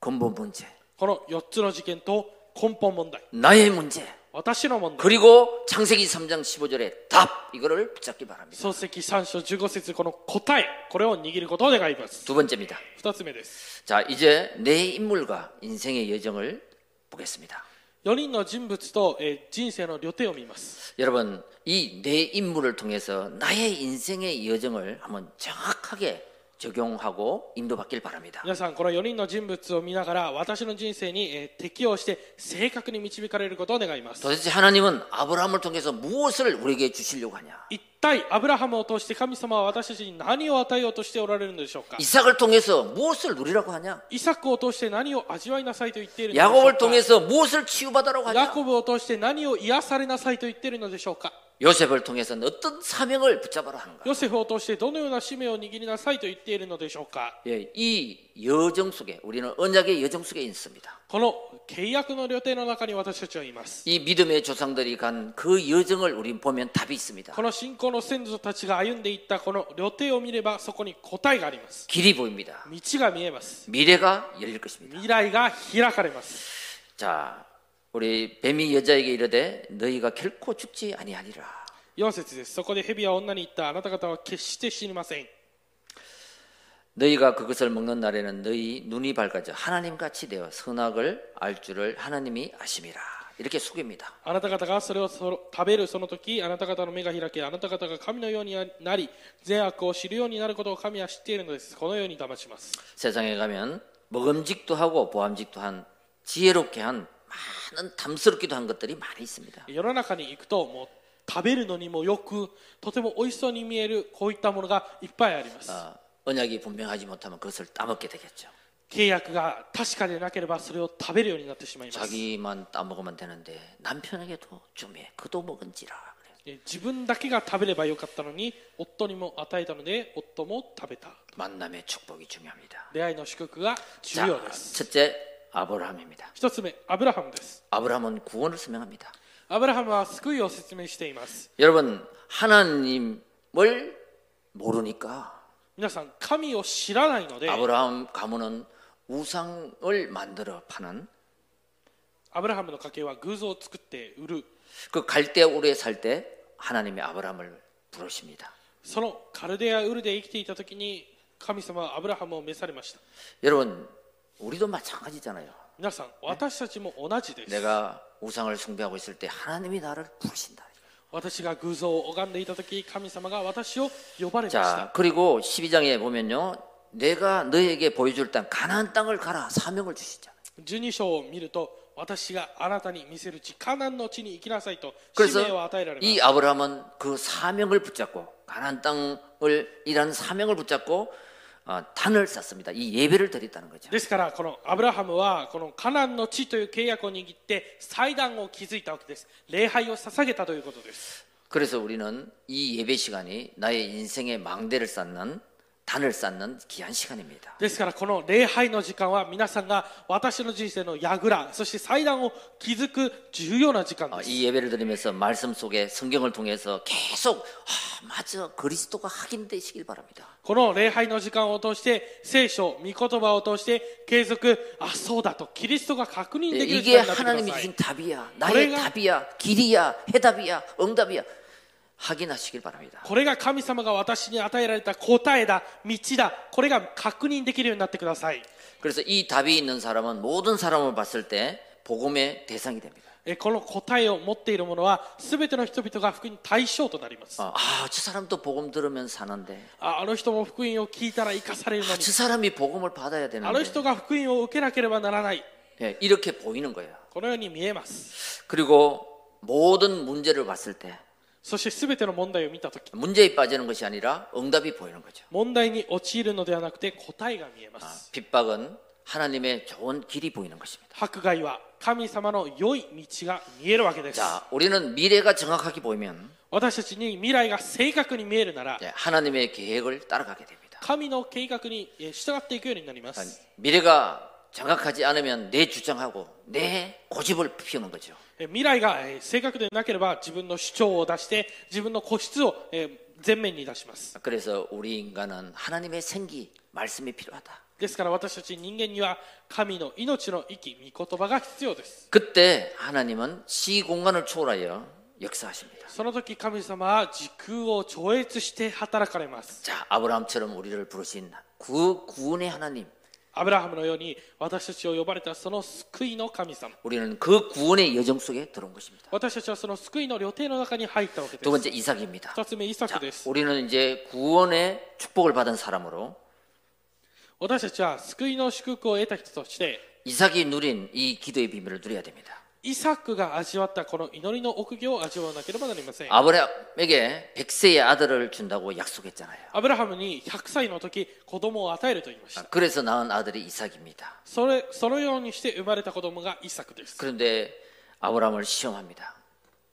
Speaker 1: 근본 문제,
Speaker 2: この4つの事件と根本問題
Speaker 1: 나의 문제,
Speaker 2: 私の問題
Speaker 1: 그리고 창세기 3장 15절의 답 이거를 붙잡기 바랍니다.
Speaker 2: 漱石3章15節この答えこれを握ることを願います
Speaker 1: 두 번째입니다.
Speaker 2: 2つ目です
Speaker 1: 자 이제 내 인물과 인생의 여정을 보겠습니다.
Speaker 2: 4人の人物と、えー人生の旅程を見ます
Speaker 1: 여러분 이 내 인물을 통해서 나의 인생의 여정을 한번 정확하게 적용하고 인도받길 바랍니다.
Speaker 2: 皆さんこの4人の人物を見ながら私の人生に、えー適応して正確に導かれることを願います
Speaker 1: 도대체 하나님은 아브라함을 통해서 무엇을 우리에게 주시려고 하냐?
Speaker 2: 一体アブラハムを通して神様は私たちに何を与えようとしておられるのでしょうか
Speaker 1: 이삭을 통해서 무엇을 누리라고 하냐?
Speaker 2: イサクを通して何を味わいなさいと言っているのでしょう
Speaker 1: 야곱을
Speaker 2: か
Speaker 1: 통해서 무엇을 치유받으라고
Speaker 2: ヤ
Speaker 1: 하냐?
Speaker 2: コブを通して何を癒されなさいと言っているのでしょうか
Speaker 1: 요셉을 통해서는 어떤 사명을 붙잡으라 하는가?
Speaker 2: ヨセフを通してどのような使命を握りなさいと言っているのでしょうか
Speaker 1: 예, 이 여정 속에 우리는 언약의 여정 속에 있습니다.
Speaker 2: この契約の旅程の中に私たちはいます
Speaker 1: 이 믿음의 조상들이 간 그 여정을 우린 보면 답이 있습니다.
Speaker 2: この信仰の先祖たちが歩んでいったこの旅程を見ればそこに答えがあります
Speaker 1: 길이 보입니다.
Speaker 2: 道が見えます
Speaker 1: 미래가 열릴 것입니다.
Speaker 2: 未来が開かれます
Speaker 1: 자, 우리 뱀이 여자에게 이르되 너희가 결코 죽지 아니하리라.
Speaker 2: 4節ですそこで蛇は女に言ったあなた方は決して死にません
Speaker 1: 너희가 그것을 먹는 날에는 너희 눈이 밝아져 하나님 같이 되어 선악을 알 줄을 하나님이 아심이라. 이렇게 속입니다.
Speaker 2: あなた方がそれをそろ食べるその時あなた方の目が開けあなた方が神のようになり善悪を知るようになることを神は知っているのですこのように騙します
Speaker 1: 세상에 가면 먹음직도 하고 보암직도 한 지혜롭게 한 많은 담스럽기도 한 것들이 많이 있습니다.
Speaker 2: 世の中に行くともう食べるのにもよくとても美味しそうに見えるこういったものがいっぱいあります
Speaker 1: 어, 언약이 분명하지 못하면 그것을 따먹게 되겠죠.
Speaker 2: 契約が確かでなければそれを食べるようになってしまいます
Speaker 1: 자기만 따먹으면 되는데 남편에게도 좀 해. 그도 먹은지라. 그래요.
Speaker 2: え自分だけが食べればよかったのに夫にも与えたので夫も食べた
Speaker 1: 만남의 축복이 중요합니다.
Speaker 2: 出会いの祝福が重
Speaker 1: 자,
Speaker 2: 要です
Speaker 1: 첫째 아브라함입니다.
Speaker 2: 一つ目アブラハムです
Speaker 1: 아브라함은 구원을 설명합니다.
Speaker 2: アブラハムは救いを説明しています
Speaker 1: 여러분 하나님을 모르니까
Speaker 2: 皆さん神を知らないので
Speaker 1: 아브라함 가문은 우상을 만들어 파는
Speaker 2: アブラハムの家系は偶像を作って売る
Speaker 1: 그 갈대 우르에 살 때 하나님이 아브라함을 부르십니다.
Speaker 2: そのカルデアウルで生きていた時に神様はアブラハムを召されました
Speaker 1: 여러분 우리도 마찬가지잖아요.
Speaker 2: 皆さん私たちも同じです
Speaker 1: 내가 우상을 숭배하고 있을 때 하나님이 나를 부르신다.
Speaker 2: 私が偶像を拝んでいた時神様が私を呼ばれました
Speaker 1: 자 그리고 12장에 보면요. 내가 너에게 보여줄 땅 가나안 땅을 가라 사명을 주시잖아요.
Speaker 2: 12章を見ると私があなたに見せる地カナンの地に行きなさいと使命を与え
Speaker 1: 그래서
Speaker 2: られます
Speaker 1: 이 아브라함은 그 사명을 붙잡고 가나안 땅을 이라는 사명을 붙잡고 어, 단을 쌓습니다. 이 예배를 드렸다는 거죠.
Speaker 2: ですからこのアブラハムはこのカナンの地という契約を握って祭壇を築いたわけです礼拝を捧げたということです
Speaker 1: 그래서 우리는 이 예배 시간이 나의 인생의 망대를 쌓는 단을 쌓는 귀한 시간입니다.
Speaker 2: ですからこの礼拝の時間は皆さんが私の人生の櫓そして祭壇を築く重要な時間
Speaker 1: 어,
Speaker 2: です
Speaker 1: 이 예배를 드리면서 말씀 속에 성경을 통해서 계속 아, 맞아 그리스도가 확인되시길 바랍니다.
Speaker 2: この礼拝の時間を通して聖書御言葉を通して継続あそうだとキリストが確認
Speaker 1: 예,
Speaker 2: できる時
Speaker 1: 이게
Speaker 2: 間にな
Speaker 1: 하나님이
Speaker 2: ってください
Speaker 1: 주신 답이야, 나의
Speaker 2: 우리가-
Speaker 1: 답이야, 길이야, 해답이야, 응답이야 확인하시길 바랍니다.
Speaker 2: これが神様が私に与えられた答えだ道だこれが確認できるようになってください
Speaker 1: 그래서 이 답이 있는 사람은 모든 사람을 봤을 때 복음의 대상이 됩니다.
Speaker 2: えこの答えを持っているものは全ての人々が福音の対象となりますあ
Speaker 1: 아, 저 사람도 복음 들으면 사는데,
Speaker 2: あの人も福音を聞いたら生かされるの
Speaker 1: 아,
Speaker 2: に
Speaker 1: 저 사람이 복음을 받아야
Speaker 2: あの
Speaker 1: 되는데
Speaker 2: 人が福音を受けなければならない
Speaker 1: 예, 이렇게 보이는 거예요.
Speaker 2: このように見えます
Speaker 1: 그리고 모든 문제를 봤을 때
Speaker 2: そして全ての問題を見た時
Speaker 1: 문제에 빠지는 것이 아니라 응답이 보이는 거죠.
Speaker 2: 問題に陥るのではなくて答えが見えま
Speaker 1: 아,
Speaker 2: す
Speaker 1: 핍박은 하나님의 좋은 길이 보이는 것입니다.
Speaker 2: 迫害は神様の良い道が見えるわけです
Speaker 1: 자, 우리는 미래가 정확하게 보이면
Speaker 2: 私たちに未来が正確に見えるなら
Speaker 1: 예, 하나님의 계획을 따라가게 됩니다.
Speaker 2: 神の計画にえー従っていくようになります
Speaker 1: 미래가 정확하지 않으면 내 주장하고 내 고집을 피우는 거죠.
Speaker 2: えー未来がえー正確でなければ自分の主張を出して自分の固執をえー前面に出します
Speaker 1: 그래서 우리 인간은 하나님의 생기, 말씀이 필요하다.
Speaker 2: ですから私たち人間には神の命の息御言葉が必要です
Speaker 1: 그때 하나님은 시 공간을 초월하여 역사하십니다.
Speaker 2: その時神様は時空を超越して働かれます
Speaker 1: 자, 아브라함처럼 우리를 부르신 그 구원의 하나님.
Speaker 2: アブラハムのように私たちを呼ばれたその救いの神様
Speaker 1: 우리는 그 구원의 여정 속에 들어온 것입니다.
Speaker 2: 私たちはその救いの旅程の中に入ったわけで
Speaker 1: 두
Speaker 2: す
Speaker 1: 번째 이삭입니다.
Speaker 2: 二つ目イサ
Speaker 1: 자,
Speaker 2: クです
Speaker 1: 우리는 이제 구원의 축복을 받은 사람으로
Speaker 2: 私たちは救いの祝福を得た人として
Speaker 1: 이삭이 누린 이 기도의 비밀을 누려야 됩니다.
Speaker 2: イサクが味わったこの祈りの奥義を味わわなければなりません
Speaker 1: 아브라함에게 백세의 아들을 준다고 약속했잖아요.
Speaker 2: アブラハムに100歳の時子供を与えると言いました
Speaker 1: 그래서 낳은 아들이 이삭입니다.
Speaker 2: それそのようにして生まれた子供がイサクです
Speaker 1: 그런데 아브라함을 시험합니다.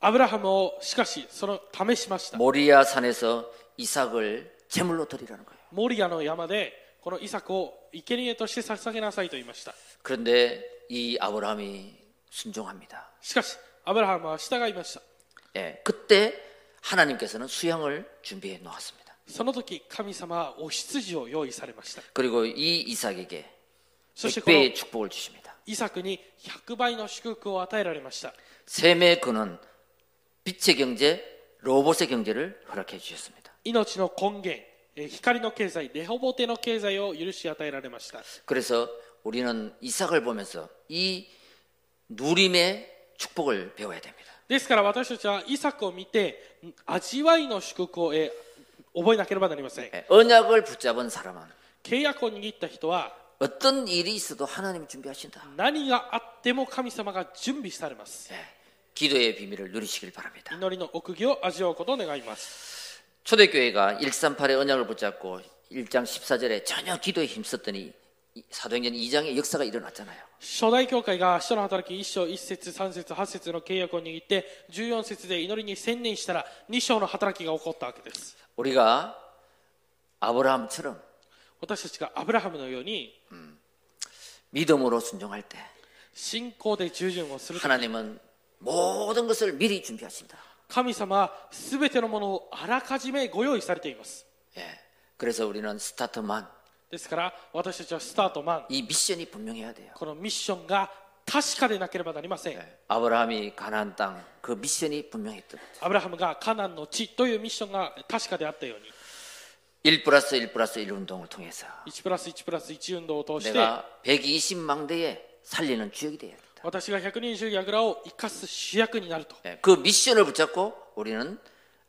Speaker 2: アブラハムをしかしその試しました
Speaker 1: 모리아 산에서 이삭을 제물로 드리라는 거예요.
Speaker 2: モリアの山でこのイサクを生贄として捧げなさいと言いました
Speaker 1: 그런데 이 아브라함이 순종합니다.
Speaker 2: しかしアブラハムは従いました
Speaker 1: 예, 그때 하나님께서는 수양을 준비해 놓았습니다.
Speaker 2: その時神様はお羊を用意されました
Speaker 1: 그리고 이 이삭에게
Speaker 2: そしてこの
Speaker 1: 백배의 축복을 주십니다.
Speaker 2: イサクに100倍の祝福を与えられました
Speaker 1: 셈의 근원, 빛의 경제, 로봇의 경제를 허락해 주셨습니다.
Speaker 2: 命の根源えー光の経済レホボテの経済を許し与えられました
Speaker 1: 그래서 우리는 이삭을 보면서 이 누림의 축복을 배워야 됩니다.
Speaker 2: ですから私たちはイサクを見てん味わいの祝福をえー覚えなければなりません
Speaker 1: 예, 언약을 붙잡은 사람은
Speaker 2: 契約を握った人は
Speaker 1: 어떤 일이 있어도 하나님이 준비하신다.
Speaker 2: 何があっても神様が準備されます
Speaker 1: 예, 기도의 비밀을 누리시길 바랍니다.
Speaker 2: 祈りの奥義を味わうことを願います
Speaker 1: 초대교회가 138의 언약을 붙잡고 1장 14절에 전혀 기도에 힘썼더니 이- 사도행전 2장의 역사가 일어났잖아요.
Speaker 2: 初代教会が使徒の働き1章1節3節8節の契約を握って14節で祈りに専念したら2章の働きが起こったわけです
Speaker 1: 우리가 아브라함처럼
Speaker 2: 私たちがアブラハムのように
Speaker 1: 믿음으로 순종할 때
Speaker 2: 信仰で従順をする
Speaker 1: 하나님은 모든 것을 미리 준비하신다.
Speaker 2: 神様は全てのものをあらかじめご用意されています
Speaker 1: 예. 그래서 우리는 스타트만
Speaker 2: ですから私たちはスタートマン
Speaker 1: 이 미션이 분명해야 돼요.
Speaker 2: このミッションが確かでなければなりません
Speaker 1: 예. 아브라함이 가나안 땅 그 미션이 분명했던 거죠.
Speaker 2: アブラハムがカナンの地というミッションが確かであったように
Speaker 1: 1 플러스 1 플러스 1 운동을 통해서
Speaker 2: 1プラス1プラス1運動を通して
Speaker 1: 내가 120망대에 살리는 주역이 돼야겠다.
Speaker 2: 私が120ヤグラを生かす主役になると
Speaker 1: 예, 그 미션을 붙잡고 우리는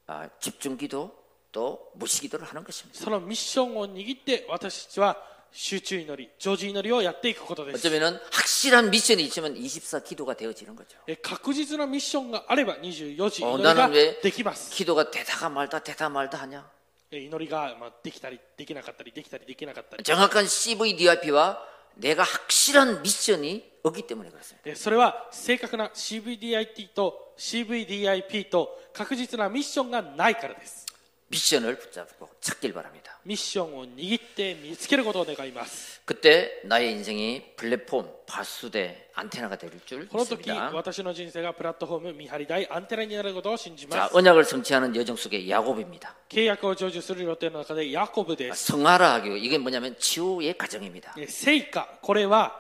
Speaker 1: 아, 집중기도 또 무시기도를 하는 것입니다.
Speaker 2: そのミッションを握って私たちは集中祈り常時祈りをやっていくことです
Speaker 1: 어쩌면은 확실한 미션이 있지만 24기도가 되어지는 거죠.
Speaker 2: え確実なミッションがあれば24時祈り
Speaker 1: な
Speaker 2: が
Speaker 1: ので
Speaker 2: できます
Speaker 1: 기도가 되다가 말다 되다 말다 하냐?
Speaker 2: え祈りが、まあ、できたりできなかったりできたりできなかったり
Speaker 1: 정확한 CVDIP와 내가 확실한 미션이 없기 때문에 그렇습니다.
Speaker 2: えそれは正確な CVDIT と CVDIP と確実なミッションがないからです
Speaker 1: 미션을 붙잡고 찾길 바랍니다.
Speaker 2: ミッションを握って見つけることを願います
Speaker 1: 그때 나의 인생이 플랫폼, 바수대, 안테나가 될 줄
Speaker 2: この時
Speaker 1: 믿습니다.
Speaker 2: 私の人生がプラットフォーム見張り台アンテナになることを信じま
Speaker 1: 자,
Speaker 2: す
Speaker 1: 언약을 성취하는 여정 속의 야곱입니다.
Speaker 2: 契約を成就する予定の中でヤコブです
Speaker 1: 성하라 하기 이게 뭐냐면 치유의 과정입니다.
Speaker 2: え成果これは、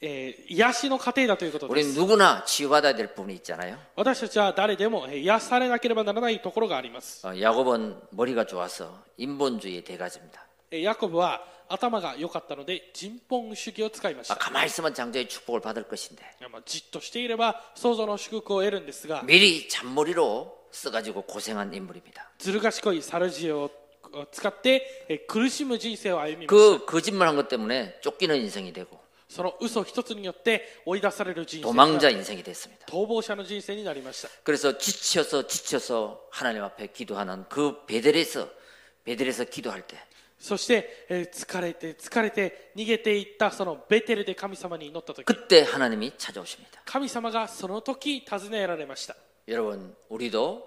Speaker 2: えー癒しの過程だということで
Speaker 1: 우리는
Speaker 2: す
Speaker 1: 누구나 치유받아야 될 부분이 있잖아요.
Speaker 2: 私たちは誰でもえー癒されなければならないところがあります
Speaker 1: 어, 야곱은 머리가 좋아서 인본주의의 대가지입니다.
Speaker 2: えーヤコブは頭が良かったので人本主義を使いまし
Speaker 1: 아,
Speaker 2: た
Speaker 1: 가만히 있으면 장자의 축복을 받을 것인데
Speaker 2: いやまあじっとしていれば創造の祝福を得るんですが
Speaker 1: 미리 잔머리로 써가지고 고생한 인물입니다.
Speaker 2: ずる賢いサルジエをを使ってえー苦しむ人生を歩みます
Speaker 1: 그 거짓말한 것 때문에 쫓기는 인생이 되고
Speaker 2: その嘘一つによって追い出される人生が
Speaker 1: 도망자 인생이 됐습니다.
Speaker 2: 逃亡者の人生になりました
Speaker 1: 그래서 지쳐서 지쳐서 하나님 앞에 기도하는 그 베델에서 베델에서 기도할 때
Speaker 2: そして、えー疲れて疲れて逃げていったそのベテルで神様に祈った時
Speaker 1: 그때 하나님이 찾아오십니다.
Speaker 2: 神様がその時訪ねられました
Speaker 1: 여러분 우리도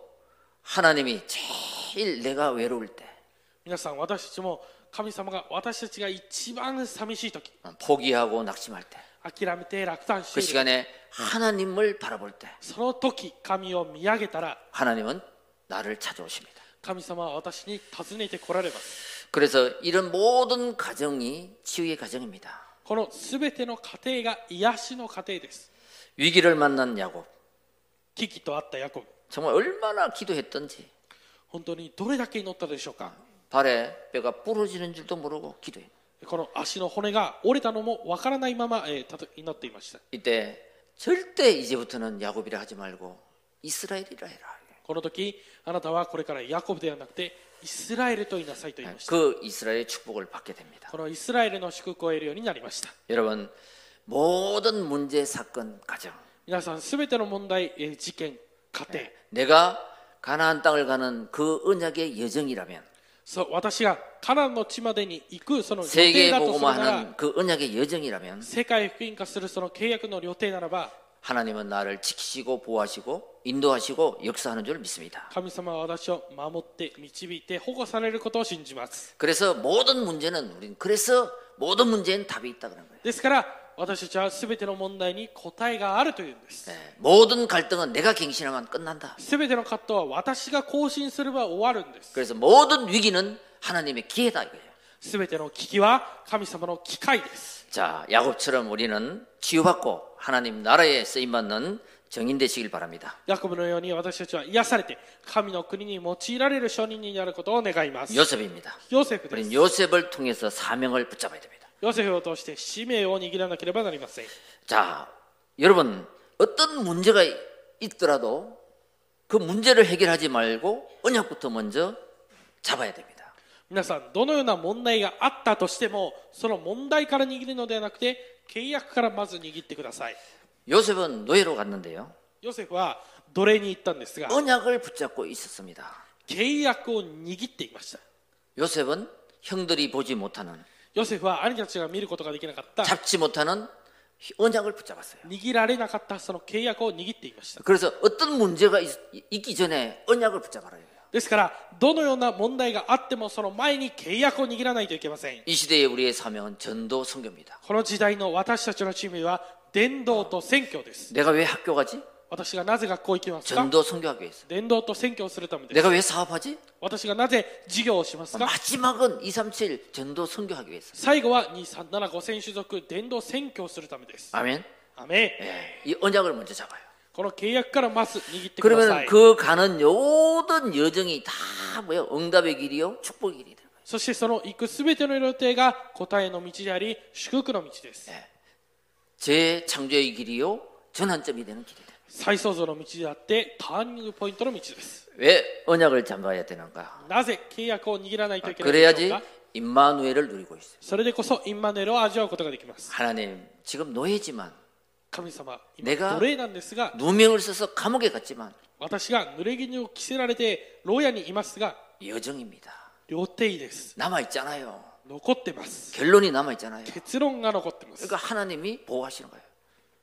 Speaker 1: 하나님이 제일 내가 외로울 때
Speaker 2: 皆さん私たちも神様が私たちが一番寂しい時
Speaker 1: 포기하고 낙심할 때 그
Speaker 2: 諦めて落胆している
Speaker 1: 시간에 하나님을 바라볼 때
Speaker 2: その時神を見上げたら
Speaker 1: 하나님은 나를 찾아오십니다.
Speaker 2: 神様は私に訪ねて来られます
Speaker 1: 그래서 이런 모든 가정이 치유의 가정입니다.
Speaker 2: この全ての過程が癒しの過程です
Speaker 1: 위기를 만난 야곱
Speaker 2: 危機とあったヤコブ
Speaker 1: 정말 얼마나 기도했던지
Speaker 2: 本当にどれだけ祈ったでしょうか
Speaker 1: 발에 뼈가 부러지는 줄도 모르고 기도했.
Speaker 2: この足の骨が折れたのもわからないまま、えーたと祈っていました
Speaker 1: 이때 절대 이제부터는 야곱이라 하지 말고 이스라엘이라 해라.
Speaker 2: この時あなたはこれからヤコブではなくてイスラエルと言いなさいと言いました
Speaker 1: 그 이스라엘의 축복을 받게 됩니다.
Speaker 2: このイスラエルの祝福を得るようになりました
Speaker 1: 여러분 모든 문제 사건 가정
Speaker 2: 皆さんすべての問題、えー事件家庭
Speaker 1: 내가 가나안 땅을 가는 그 언약의 여정이라면
Speaker 2: そう私がカナンの地までに行くその予定
Speaker 1: 세계
Speaker 2: だとするなら
Speaker 1: 보고만하는 그 언약의 여정이라면
Speaker 2: 世界福音化するその契約の予定ならば
Speaker 1: 하나님은 나를 지키시고 보호하시고 인도하시고 역사하는 줄 믿습니다.
Speaker 2: 神様は私を守って導いて保護されることを信じます
Speaker 1: 그래서 모든 문제는 우린 그래서 모든 문제엔 답이 있다 그런 거예요.
Speaker 2: ですから私たちは全ての問題に答えがあるというんです
Speaker 1: 예, 모든 갈등은 내가 갱신하면 끝난다.
Speaker 2: 全ての葛藤は私が更新すれば終わるんです
Speaker 1: 그래서 모든 위기는 하나님의 기회다 이거예요.
Speaker 2: 全ての危機は神様の機会です
Speaker 1: 자, 야곱처럼 우리는 치유받고 하나님 나라에 쓰임 받는 정인 되시길 바랍니다.
Speaker 2: ヤコブのように私たちは癒されて神の国に用いられる証人になることを願います
Speaker 1: 요셉입니다.
Speaker 2: ヨセフです
Speaker 1: 우리는 요셉을 통해서 사명을 붙잡아야 됩니다.
Speaker 2: ヨセフを通して使命を握らなければなりません
Speaker 1: 자, 여러분 어떤 문제가 있더라도 그 문제를 해결하지 말고 언약부터 먼저 잡아야 됩니다.
Speaker 2: 皆さんどのような問題があったとしてもその問題から握るのではなくて契約からまず握ってください
Speaker 1: 요셉은 노예로 갔는데요.
Speaker 2: ヨセフは奴隷に行ったんですが
Speaker 1: 언약을 붙잡고 있었습니다.
Speaker 2: 契約を握っていました
Speaker 1: 요셉은 형들이 보지 못하는
Speaker 2: ヨセフは兄たちが見ることができなかった
Speaker 1: 잡지 못하는 언약을 붙잡았어요.
Speaker 2: 握られなかったその契約を握っていました
Speaker 1: 그래서 어떤 문제가 있, 있기 전에 언약을 붙잡아라. 해요.
Speaker 2: ですからどのような問題があってもその前に契約を握らないといけません
Speaker 1: 이 시대의 우리의 사명은 전도 선교입니다.
Speaker 2: この時代の私たちのチームは伝道と選挙です
Speaker 1: 내가 왜 학교 가지?
Speaker 2: 私がなぜ学校行きますか
Speaker 1: 전도 선교하기 위해서.
Speaker 2: 伝道と選挙をするためです
Speaker 1: 내가 왜 사업하지?
Speaker 2: 私がなぜ授業をしますか
Speaker 1: 마지막은 237 전도 선교하기 위해서.
Speaker 2: 最後は2375選手族伝道選挙をするためです
Speaker 1: 아멘.
Speaker 2: アメン
Speaker 1: 예, 이 언약을 먼저 잡아요.
Speaker 2: この契約からまず握ってくだ
Speaker 1: 그러면
Speaker 2: さい
Speaker 1: 그 가는 모든 여정이 다 뭐예요? 응답의 길이요, 축복의 길이 되는 거예요.
Speaker 2: そしてその行く全ての予定が答えの道であり祝福の道です
Speaker 1: 재창조의 길이요, 전환점이 되는 길이 돼요.
Speaker 2: 再創造の道であってターニングポイントの道です
Speaker 1: 왜 언약을 잡아야 되는가?
Speaker 2: なぜ契約を握らないといけないので
Speaker 1: 아, 그래야지
Speaker 2: しょうか
Speaker 1: 임마누엘을 누리고 있어요.
Speaker 2: それでこそインマヌエルを味わうことができます
Speaker 1: 하나님, 지금 노예지만
Speaker 2: 神様
Speaker 1: 내가
Speaker 2: 今奴隷なんですが
Speaker 1: 누명을 써서 감옥에 갔지만
Speaker 2: 私が濡れ衣を着せられて牢屋にいますが
Speaker 1: 여정입니다.
Speaker 2: 両手いです。
Speaker 1: 남아 있잖아요.
Speaker 2: 残ってます。
Speaker 1: 결론이 남아 있잖아요.
Speaker 2: 結論が残ってます。
Speaker 1: 그러니까 하나님이 보호하시는 거예요.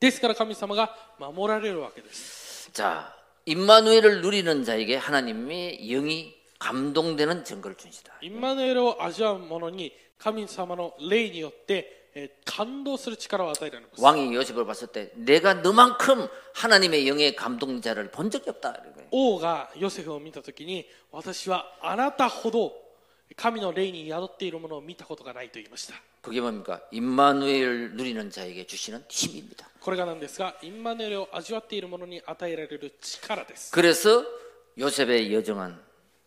Speaker 2: ですから神様が守られるわけです。
Speaker 1: 자, 임마누엘을 누리는 자에게 하나님의 영이 감동되는 증거를 주시다.
Speaker 2: インマヌエルを味わう者に神様の霊によってえー感動する力を与えられます。
Speaker 1: 왕이 요셉을 봤을 때 내가 너만큼 하나님의 영에 감동된 자를 본 적이 없다. 이런 거예요.
Speaker 2: 王がヨセフを見たときに私はあなたほど神の霊に宿っているものを見たことがないと言いました
Speaker 1: 그게 뭡니까? 임마누엘 누리는 자에게 주시는 힘입니다.
Speaker 2: これがなんですがインマヌエルを味わっているものに与えられる力です
Speaker 1: 그래서 요셉의 여정은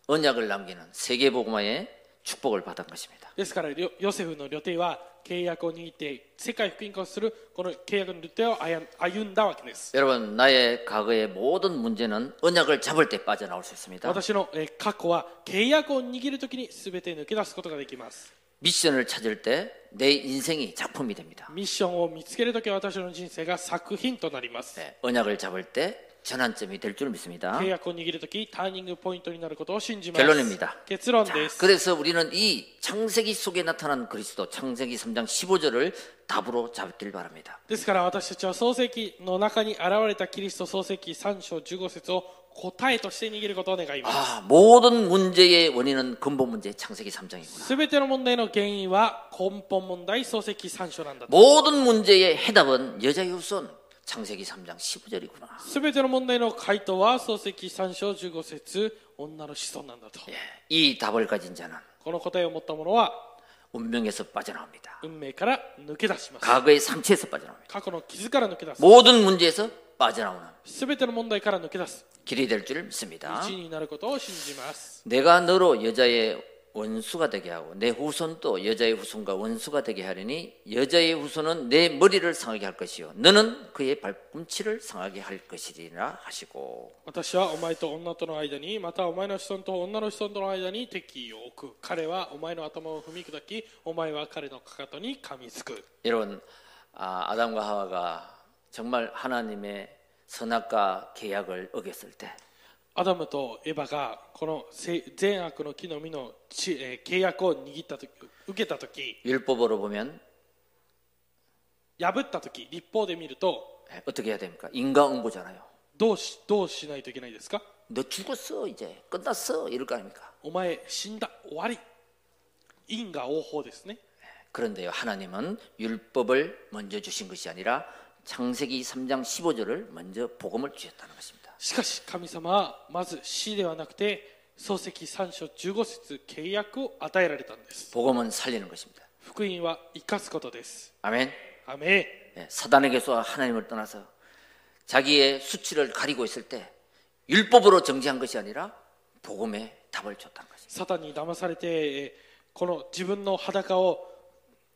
Speaker 1: 언약을 남기는 세계 복음화의 축복을 받은 것입니다.
Speaker 2: ですからヨヨセフの旅程は契約を握って世界福音化をするこの契約の旅程を歩歩んだわけです
Speaker 1: 여러분 나의 과거의 모든 문제는 언약을 잡을 때 빠져나올 수 있습니다.
Speaker 2: 私のえー過去は契約を握るときに全て抜け出すことができます
Speaker 1: 미션을 찾을 때 내 인생이 작품이 됩니다.
Speaker 2: ミッションを見つけるときは私の人生が作品となります
Speaker 1: 네, 언약을 잡을 때 전환점이 될 줄 믿습니다.
Speaker 2: 契約を握るときターニングポイントになることを信じます
Speaker 1: 결론입니다
Speaker 2: 結論
Speaker 1: 자,
Speaker 2: です
Speaker 1: 그래서 우리는 이 창세기 속에 나타난 그리스도 창세기 3장 15절을 답으로 잡길 바랍니다.
Speaker 2: ですから私たちは創世記の中に現れたキリスト創世記3章15節を答えとして握ることを願います。
Speaker 1: 아, 모든 문제의 원인은 근본 문제 창세기 3장이구나.
Speaker 2: すべての問題の原因は根本問題創世記3章なんだと。
Speaker 1: 모든 문제의 해답은 여자의 후손 창세기 3장 15절이구나.
Speaker 2: すべての問題の回答は創世記3章15節女の子孫なんだと。
Speaker 1: 예, 이 답을 가진 자는
Speaker 2: この答えを持った者は
Speaker 1: 운명에서 빠져나옵니다.
Speaker 2: 運命から抜け出します。
Speaker 1: 과거의 상처에서 빠져나옵니다.
Speaker 2: 過去の傷から抜け出す。
Speaker 1: 모든 문제에서 빠져나오는
Speaker 2: すべての問題から抜け出す。
Speaker 1: 길이 될 줄 믿습니다.
Speaker 2: 1位になることを信じます。
Speaker 1: 내가 너로 여자의 원수가 되게 하고 내 후손도 여자의 후손과 원수가 되게 하리니 여자의 후손은 내 머리를 상하게 할 것이요 너는 그의 발꿈치를 상하게 할 것이리라 하시고
Speaker 2: 私はお前と女との間にまたお前の子孫と女の子孫との間に敵意を置く彼はお前の頭を踏み砕きお前は彼のかかとに噛みつく
Speaker 1: 여러분 아, 아담과 하와가 정말 하나님의 선악과 계약을 어겼을 때
Speaker 2: アダムとエバがこのせ善悪の木の実のちえー契約を握った時受けた時
Speaker 1: 율법으로 보면
Speaker 2: 破った時立法で見ると
Speaker 1: 어떻게 해야 됩니까? 인과응보잖아요.
Speaker 2: どうしどうしないといけないですか
Speaker 1: 너 죽었어 이제 끝났어 이럴 거 아닙니까?
Speaker 2: お前死んだ終わり因果応報ですね
Speaker 1: 그런데요 하나님은 율법을 먼저 주신 것이 아니라 창세기 3장 15절을 먼저 복음을 주셨다는 것입니다.
Speaker 2: しかし神様はまず死ではなくて漱石3章15節契約を与えられたんです
Speaker 1: 복음은 살리는 것입니다.
Speaker 2: 福音は生かすことです
Speaker 1: 아멘.
Speaker 2: アメン
Speaker 1: 예, 사단에게서 하나님을 떠나서 자기의 수치를 가리고 있을 때 율법으로 정지한 것이 아니라 복음의 답을 줬다는 것입니다.
Speaker 2: サタンに騙されてえーこの自分の裸を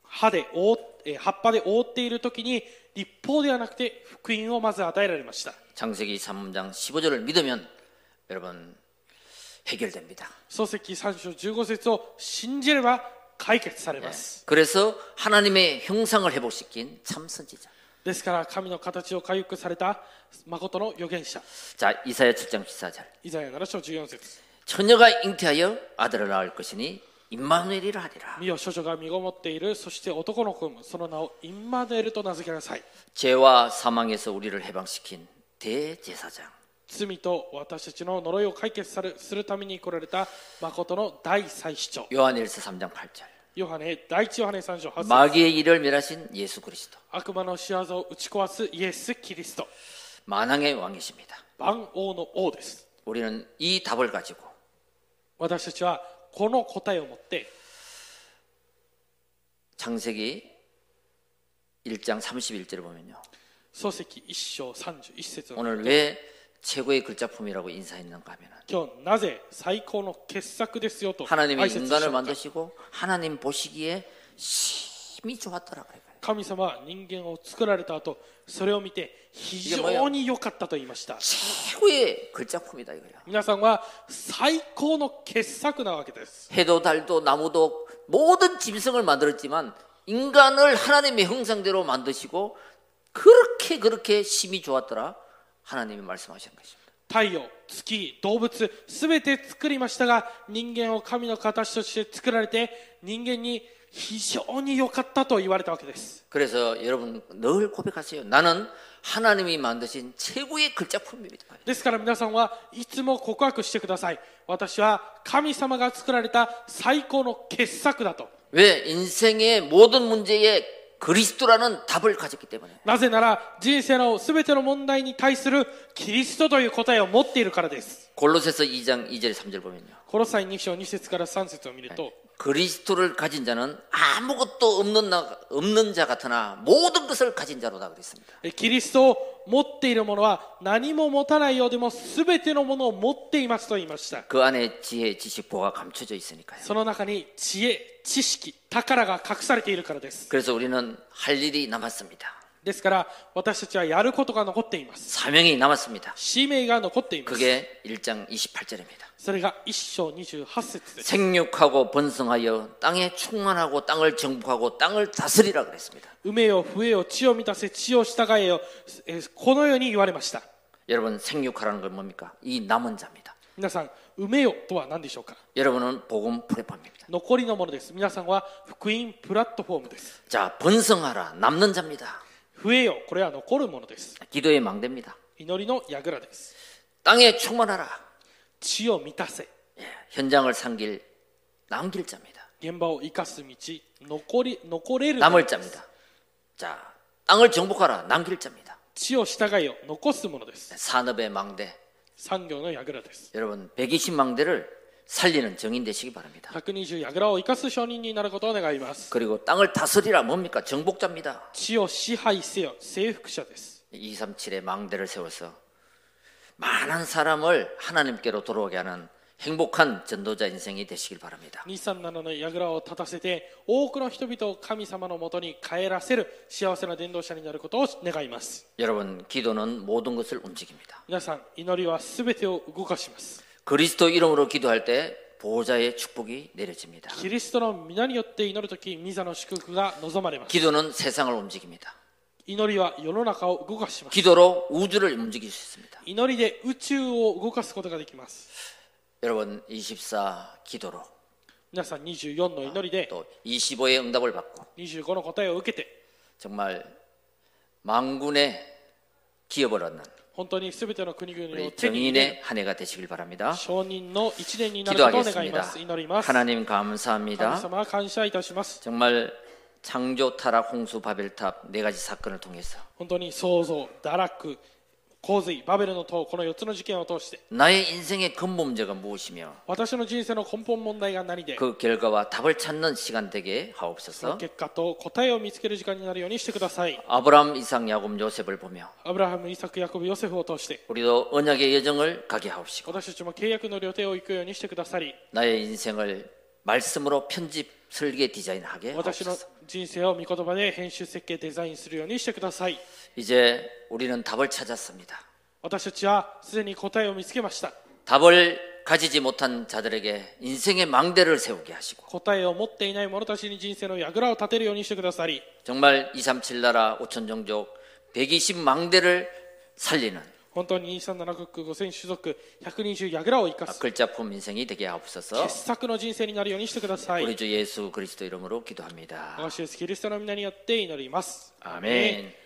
Speaker 2: 歯で覆っえー葉っぱで覆っている時に立法ではなくて福音をまず与えられました
Speaker 1: 창세기 3장 15절을 믿으면 여러분 해결됩니다.
Speaker 2: 漱石3章15節を信じれば解決されます
Speaker 1: 그래서 하나님의 형상을 회복시킨 참 선지자.
Speaker 2: ですから神の形を回復された誠の預言者
Speaker 1: 자 이사야 7장 14절.
Speaker 2: イザヤ7章14節
Speaker 1: 처녀가 잉태하여 아들을 낳을 것이니 임마누엘이라 하리라.
Speaker 2: 見よ処女が身ごもっているそして男の子もその名をインマヌエルと名付けなさい
Speaker 1: 죄와 사망에서 우리를 해방시킨 대제사장.
Speaker 2: 罪と私たちの呪いを解決さるするために来られた誠の大祭司長
Speaker 1: 요한일서 3장 8절.
Speaker 2: ヨハネ第一ヨハネ3章8節
Speaker 1: 마귀의 일을 멸하신 예수 그리스도.
Speaker 2: 悪魔の仕業を打ち壊すイエス・キリスト
Speaker 1: 만왕의 왕이십니다.
Speaker 2: 万王の王です
Speaker 1: 우리는 이 답을 가지고
Speaker 2: 私たちはこの答えを持って
Speaker 1: 창세기 1장 31절을 보면요.
Speaker 2: 漱石1章31節の
Speaker 1: 오늘 왜 최고의 글자품이라고 인사했는가 하면 은
Speaker 2: 今日なぜ最高の傑作ですよと
Speaker 1: 하나님이
Speaker 2: 挨拶した
Speaker 1: 인간을 만드시고 하나님 보시기에 심히 좋았더라 그래요.
Speaker 2: 神様は人間を作られた後それを見て非常に良かったと言いました
Speaker 1: 최고의 글자품이다 이거야.
Speaker 2: 皆さんは最高の傑作なわけです
Speaker 1: 해도 달도 나무도 모든 짐승을 만들었지만 인간을 하나님의 형상대로 만드시고 그렇게 그렇게 심이 좋았더라 하나님이 말씀하신 것입니다.
Speaker 2: 太陽月動物すべて作りましたが人間を神の形として作られて人間に非常に良かったと言われたわけです
Speaker 1: 그래서 여러분 늘 고백하세요. 나는 하나님이 만드신 최고의 글자품입니다.
Speaker 2: ですから皆さんはいつも告白してください。私は神様が作られた最高の傑作だと。
Speaker 1: 왜 인생의 모든 문제에 그리스도라는 답을 가졌기 때문에
Speaker 2: なぜなら人生のすべての問題に対するキリストという答えを持っているからです。
Speaker 1: 골로새서 2장 2절 3절 보면요.
Speaker 2: コロサイ2章2節から3節を見ると、
Speaker 1: 그리스도를 가진 자는 아무것도 없는 나, 없는 자 같으나 모든 것을 가진 자로다 그랬습니다.
Speaker 2: えキリストを持っている者は何も持たないようでもすべてのものを持っていますと言いました。
Speaker 1: 그 안에 지혜, 지식, 보가 감춰져 있으니까요.
Speaker 2: その中に知恵、知識、宝が隠されているからです。
Speaker 1: 그래서 우리는 할 일이 남았습니다.
Speaker 2: ですから私たちはやることが残っています。
Speaker 1: 사명이 남았습니다.
Speaker 2: 使命が残っています。
Speaker 1: 그게 1장 28절입니다.
Speaker 2: それが一章28節です。
Speaker 1: 생육하고 번성하여 땅에 충만하고 땅을 정복하고 땅을 다스리라 그랬습니다.
Speaker 2: 埋めよ、増えよ、地を満たせ、地を従えよ、えーこのように言われました。
Speaker 1: 여러분 생육하라는 건 뭡니까? 이 남은 자입니다.
Speaker 2: 皆さん、埋めよとは何でしょうか
Speaker 1: 여러분은 복음 플랫폼입니다.
Speaker 2: 残りのものです。皆さんは福音プラットフォームです。
Speaker 1: 자, 번성하라 남는 자입니다.
Speaker 2: 増えよ、これは残るものです。
Speaker 1: 기도의 망대입니다.
Speaker 2: 祈りの櫓です。
Speaker 1: 땅에 충만하라.
Speaker 2: 地を満たせ、
Speaker 1: 예, 현장을 상길 남길 자입니다.
Speaker 2: 現場を生かす道、残り、残れる。
Speaker 1: 남을 자입니다. 자, 땅을 정복하라 남길 자입니다. 네,
Speaker 2: 地を従えよ、残すものです。
Speaker 1: 산업의 망대
Speaker 2: 産業の櫓です。
Speaker 1: 여러분 120망대를 살리는 정인 되시기 바랍니다.
Speaker 2: 120櫓を生かす商人になることを願います。
Speaker 1: 그리고 땅을 다스리라 뭡니까? 정복자입니다.
Speaker 2: 地を支配せよ、征服者です。
Speaker 1: 237의 망대를 세워서 많은 사람을 하나님께로 돌아오게 하는 행복한 전도자 인생이 되시길 바랍니다.
Speaker 2: 237の櫓を立たせて多くの人々を神様のもとに帰らせる幸せな伝道者になることを願います
Speaker 1: 여러분 기도는 모든 것을 움직입니다.
Speaker 2: 皆さん祈りは全てを動かします
Speaker 1: 그리스도 이름으로 기도할 때 보호자의 축복이 내려집니다.
Speaker 2: キリストの皆によって祈るときミザの祝福が望まれます
Speaker 1: 기도는 세상을 움직입니다.
Speaker 2: 祈りは世の中を動かします
Speaker 1: 기도로 우주를 움직일 수 있습니다.
Speaker 2: 祈りで宇宙を動かすことができます
Speaker 1: 여러분 24 기도로
Speaker 2: 皆さん24の祈りで
Speaker 1: 또 25의 응답을 받고
Speaker 2: 25の答えを受けて
Speaker 1: 정말 만군의 기업을 얻는
Speaker 2: 本当に全ての国々を
Speaker 1: 우리
Speaker 2: 手に入れ
Speaker 1: 정인의 한 해가 되시길 바랍니다.
Speaker 2: 承認の1年になることを願いま
Speaker 1: 기도하겠습니다.
Speaker 2: す祈ります神
Speaker 1: 하나님 감사합니다.
Speaker 2: 様感謝いたします
Speaker 1: 정말 창조 타락 홍수 바벨탑 네 가지 사건을 통해서
Speaker 2: 本当に創造、堕落、洪水、バベルの塔、この4つの事件を通して、
Speaker 1: 나의 인생의 근본 문제가 무엇이며
Speaker 2: 私の人生の根本問題が何で、
Speaker 1: 그 결과와 답을 찾는 시간 되게
Speaker 2: その
Speaker 1: 하옵소서.
Speaker 2: 結果と答えを見つける時間になるようにしてください。
Speaker 1: 아브라함 이삭 야곱 요셉을 보며
Speaker 2: アブラハム、イサク、ヤコブ、ヨセフを通して、
Speaker 1: 우리도 언약의 여정을 가게 하옵시고
Speaker 2: 私たちも契約の旅程を行くようにしてくださり、
Speaker 1: 나의 인생을 말씀으로 편집 설계 뭐 디자인하게
Speaker 2: 私の
Speaker 1: 하옵소서.
Speaker 2: 人生を御言葉で編集、設計、デザインするようにしてください。
Speaker 1: 이제 우리는 답을 찾았습니다.
Speaker 2: 私たちはすでに答えを見つけました。
Speaker 1: 답을 가지지 못한 자들에게 인생의 망대를 세우게 하시고
Speaker 2: 答えを持っていない者たちに人生の櫓を立てるようにしてくださり、
Speaker 1: 정말 237 나라 5천 종족 120 망대를 살리는
Speaker 2: 本当に237国5000種族、120櫓を生かす
Speaker 1: 아, 글자품 인생이 되게 하옵소서.
Speaker 2: 傑作の人生になるようにしてください。 아,
Speaker 1: 우리 주 예수 그리스도 이름으로 기도합니다.
Speaker 2: 我が主イエスキリストの皆によって祈ります。
Speaker 1: 아멘.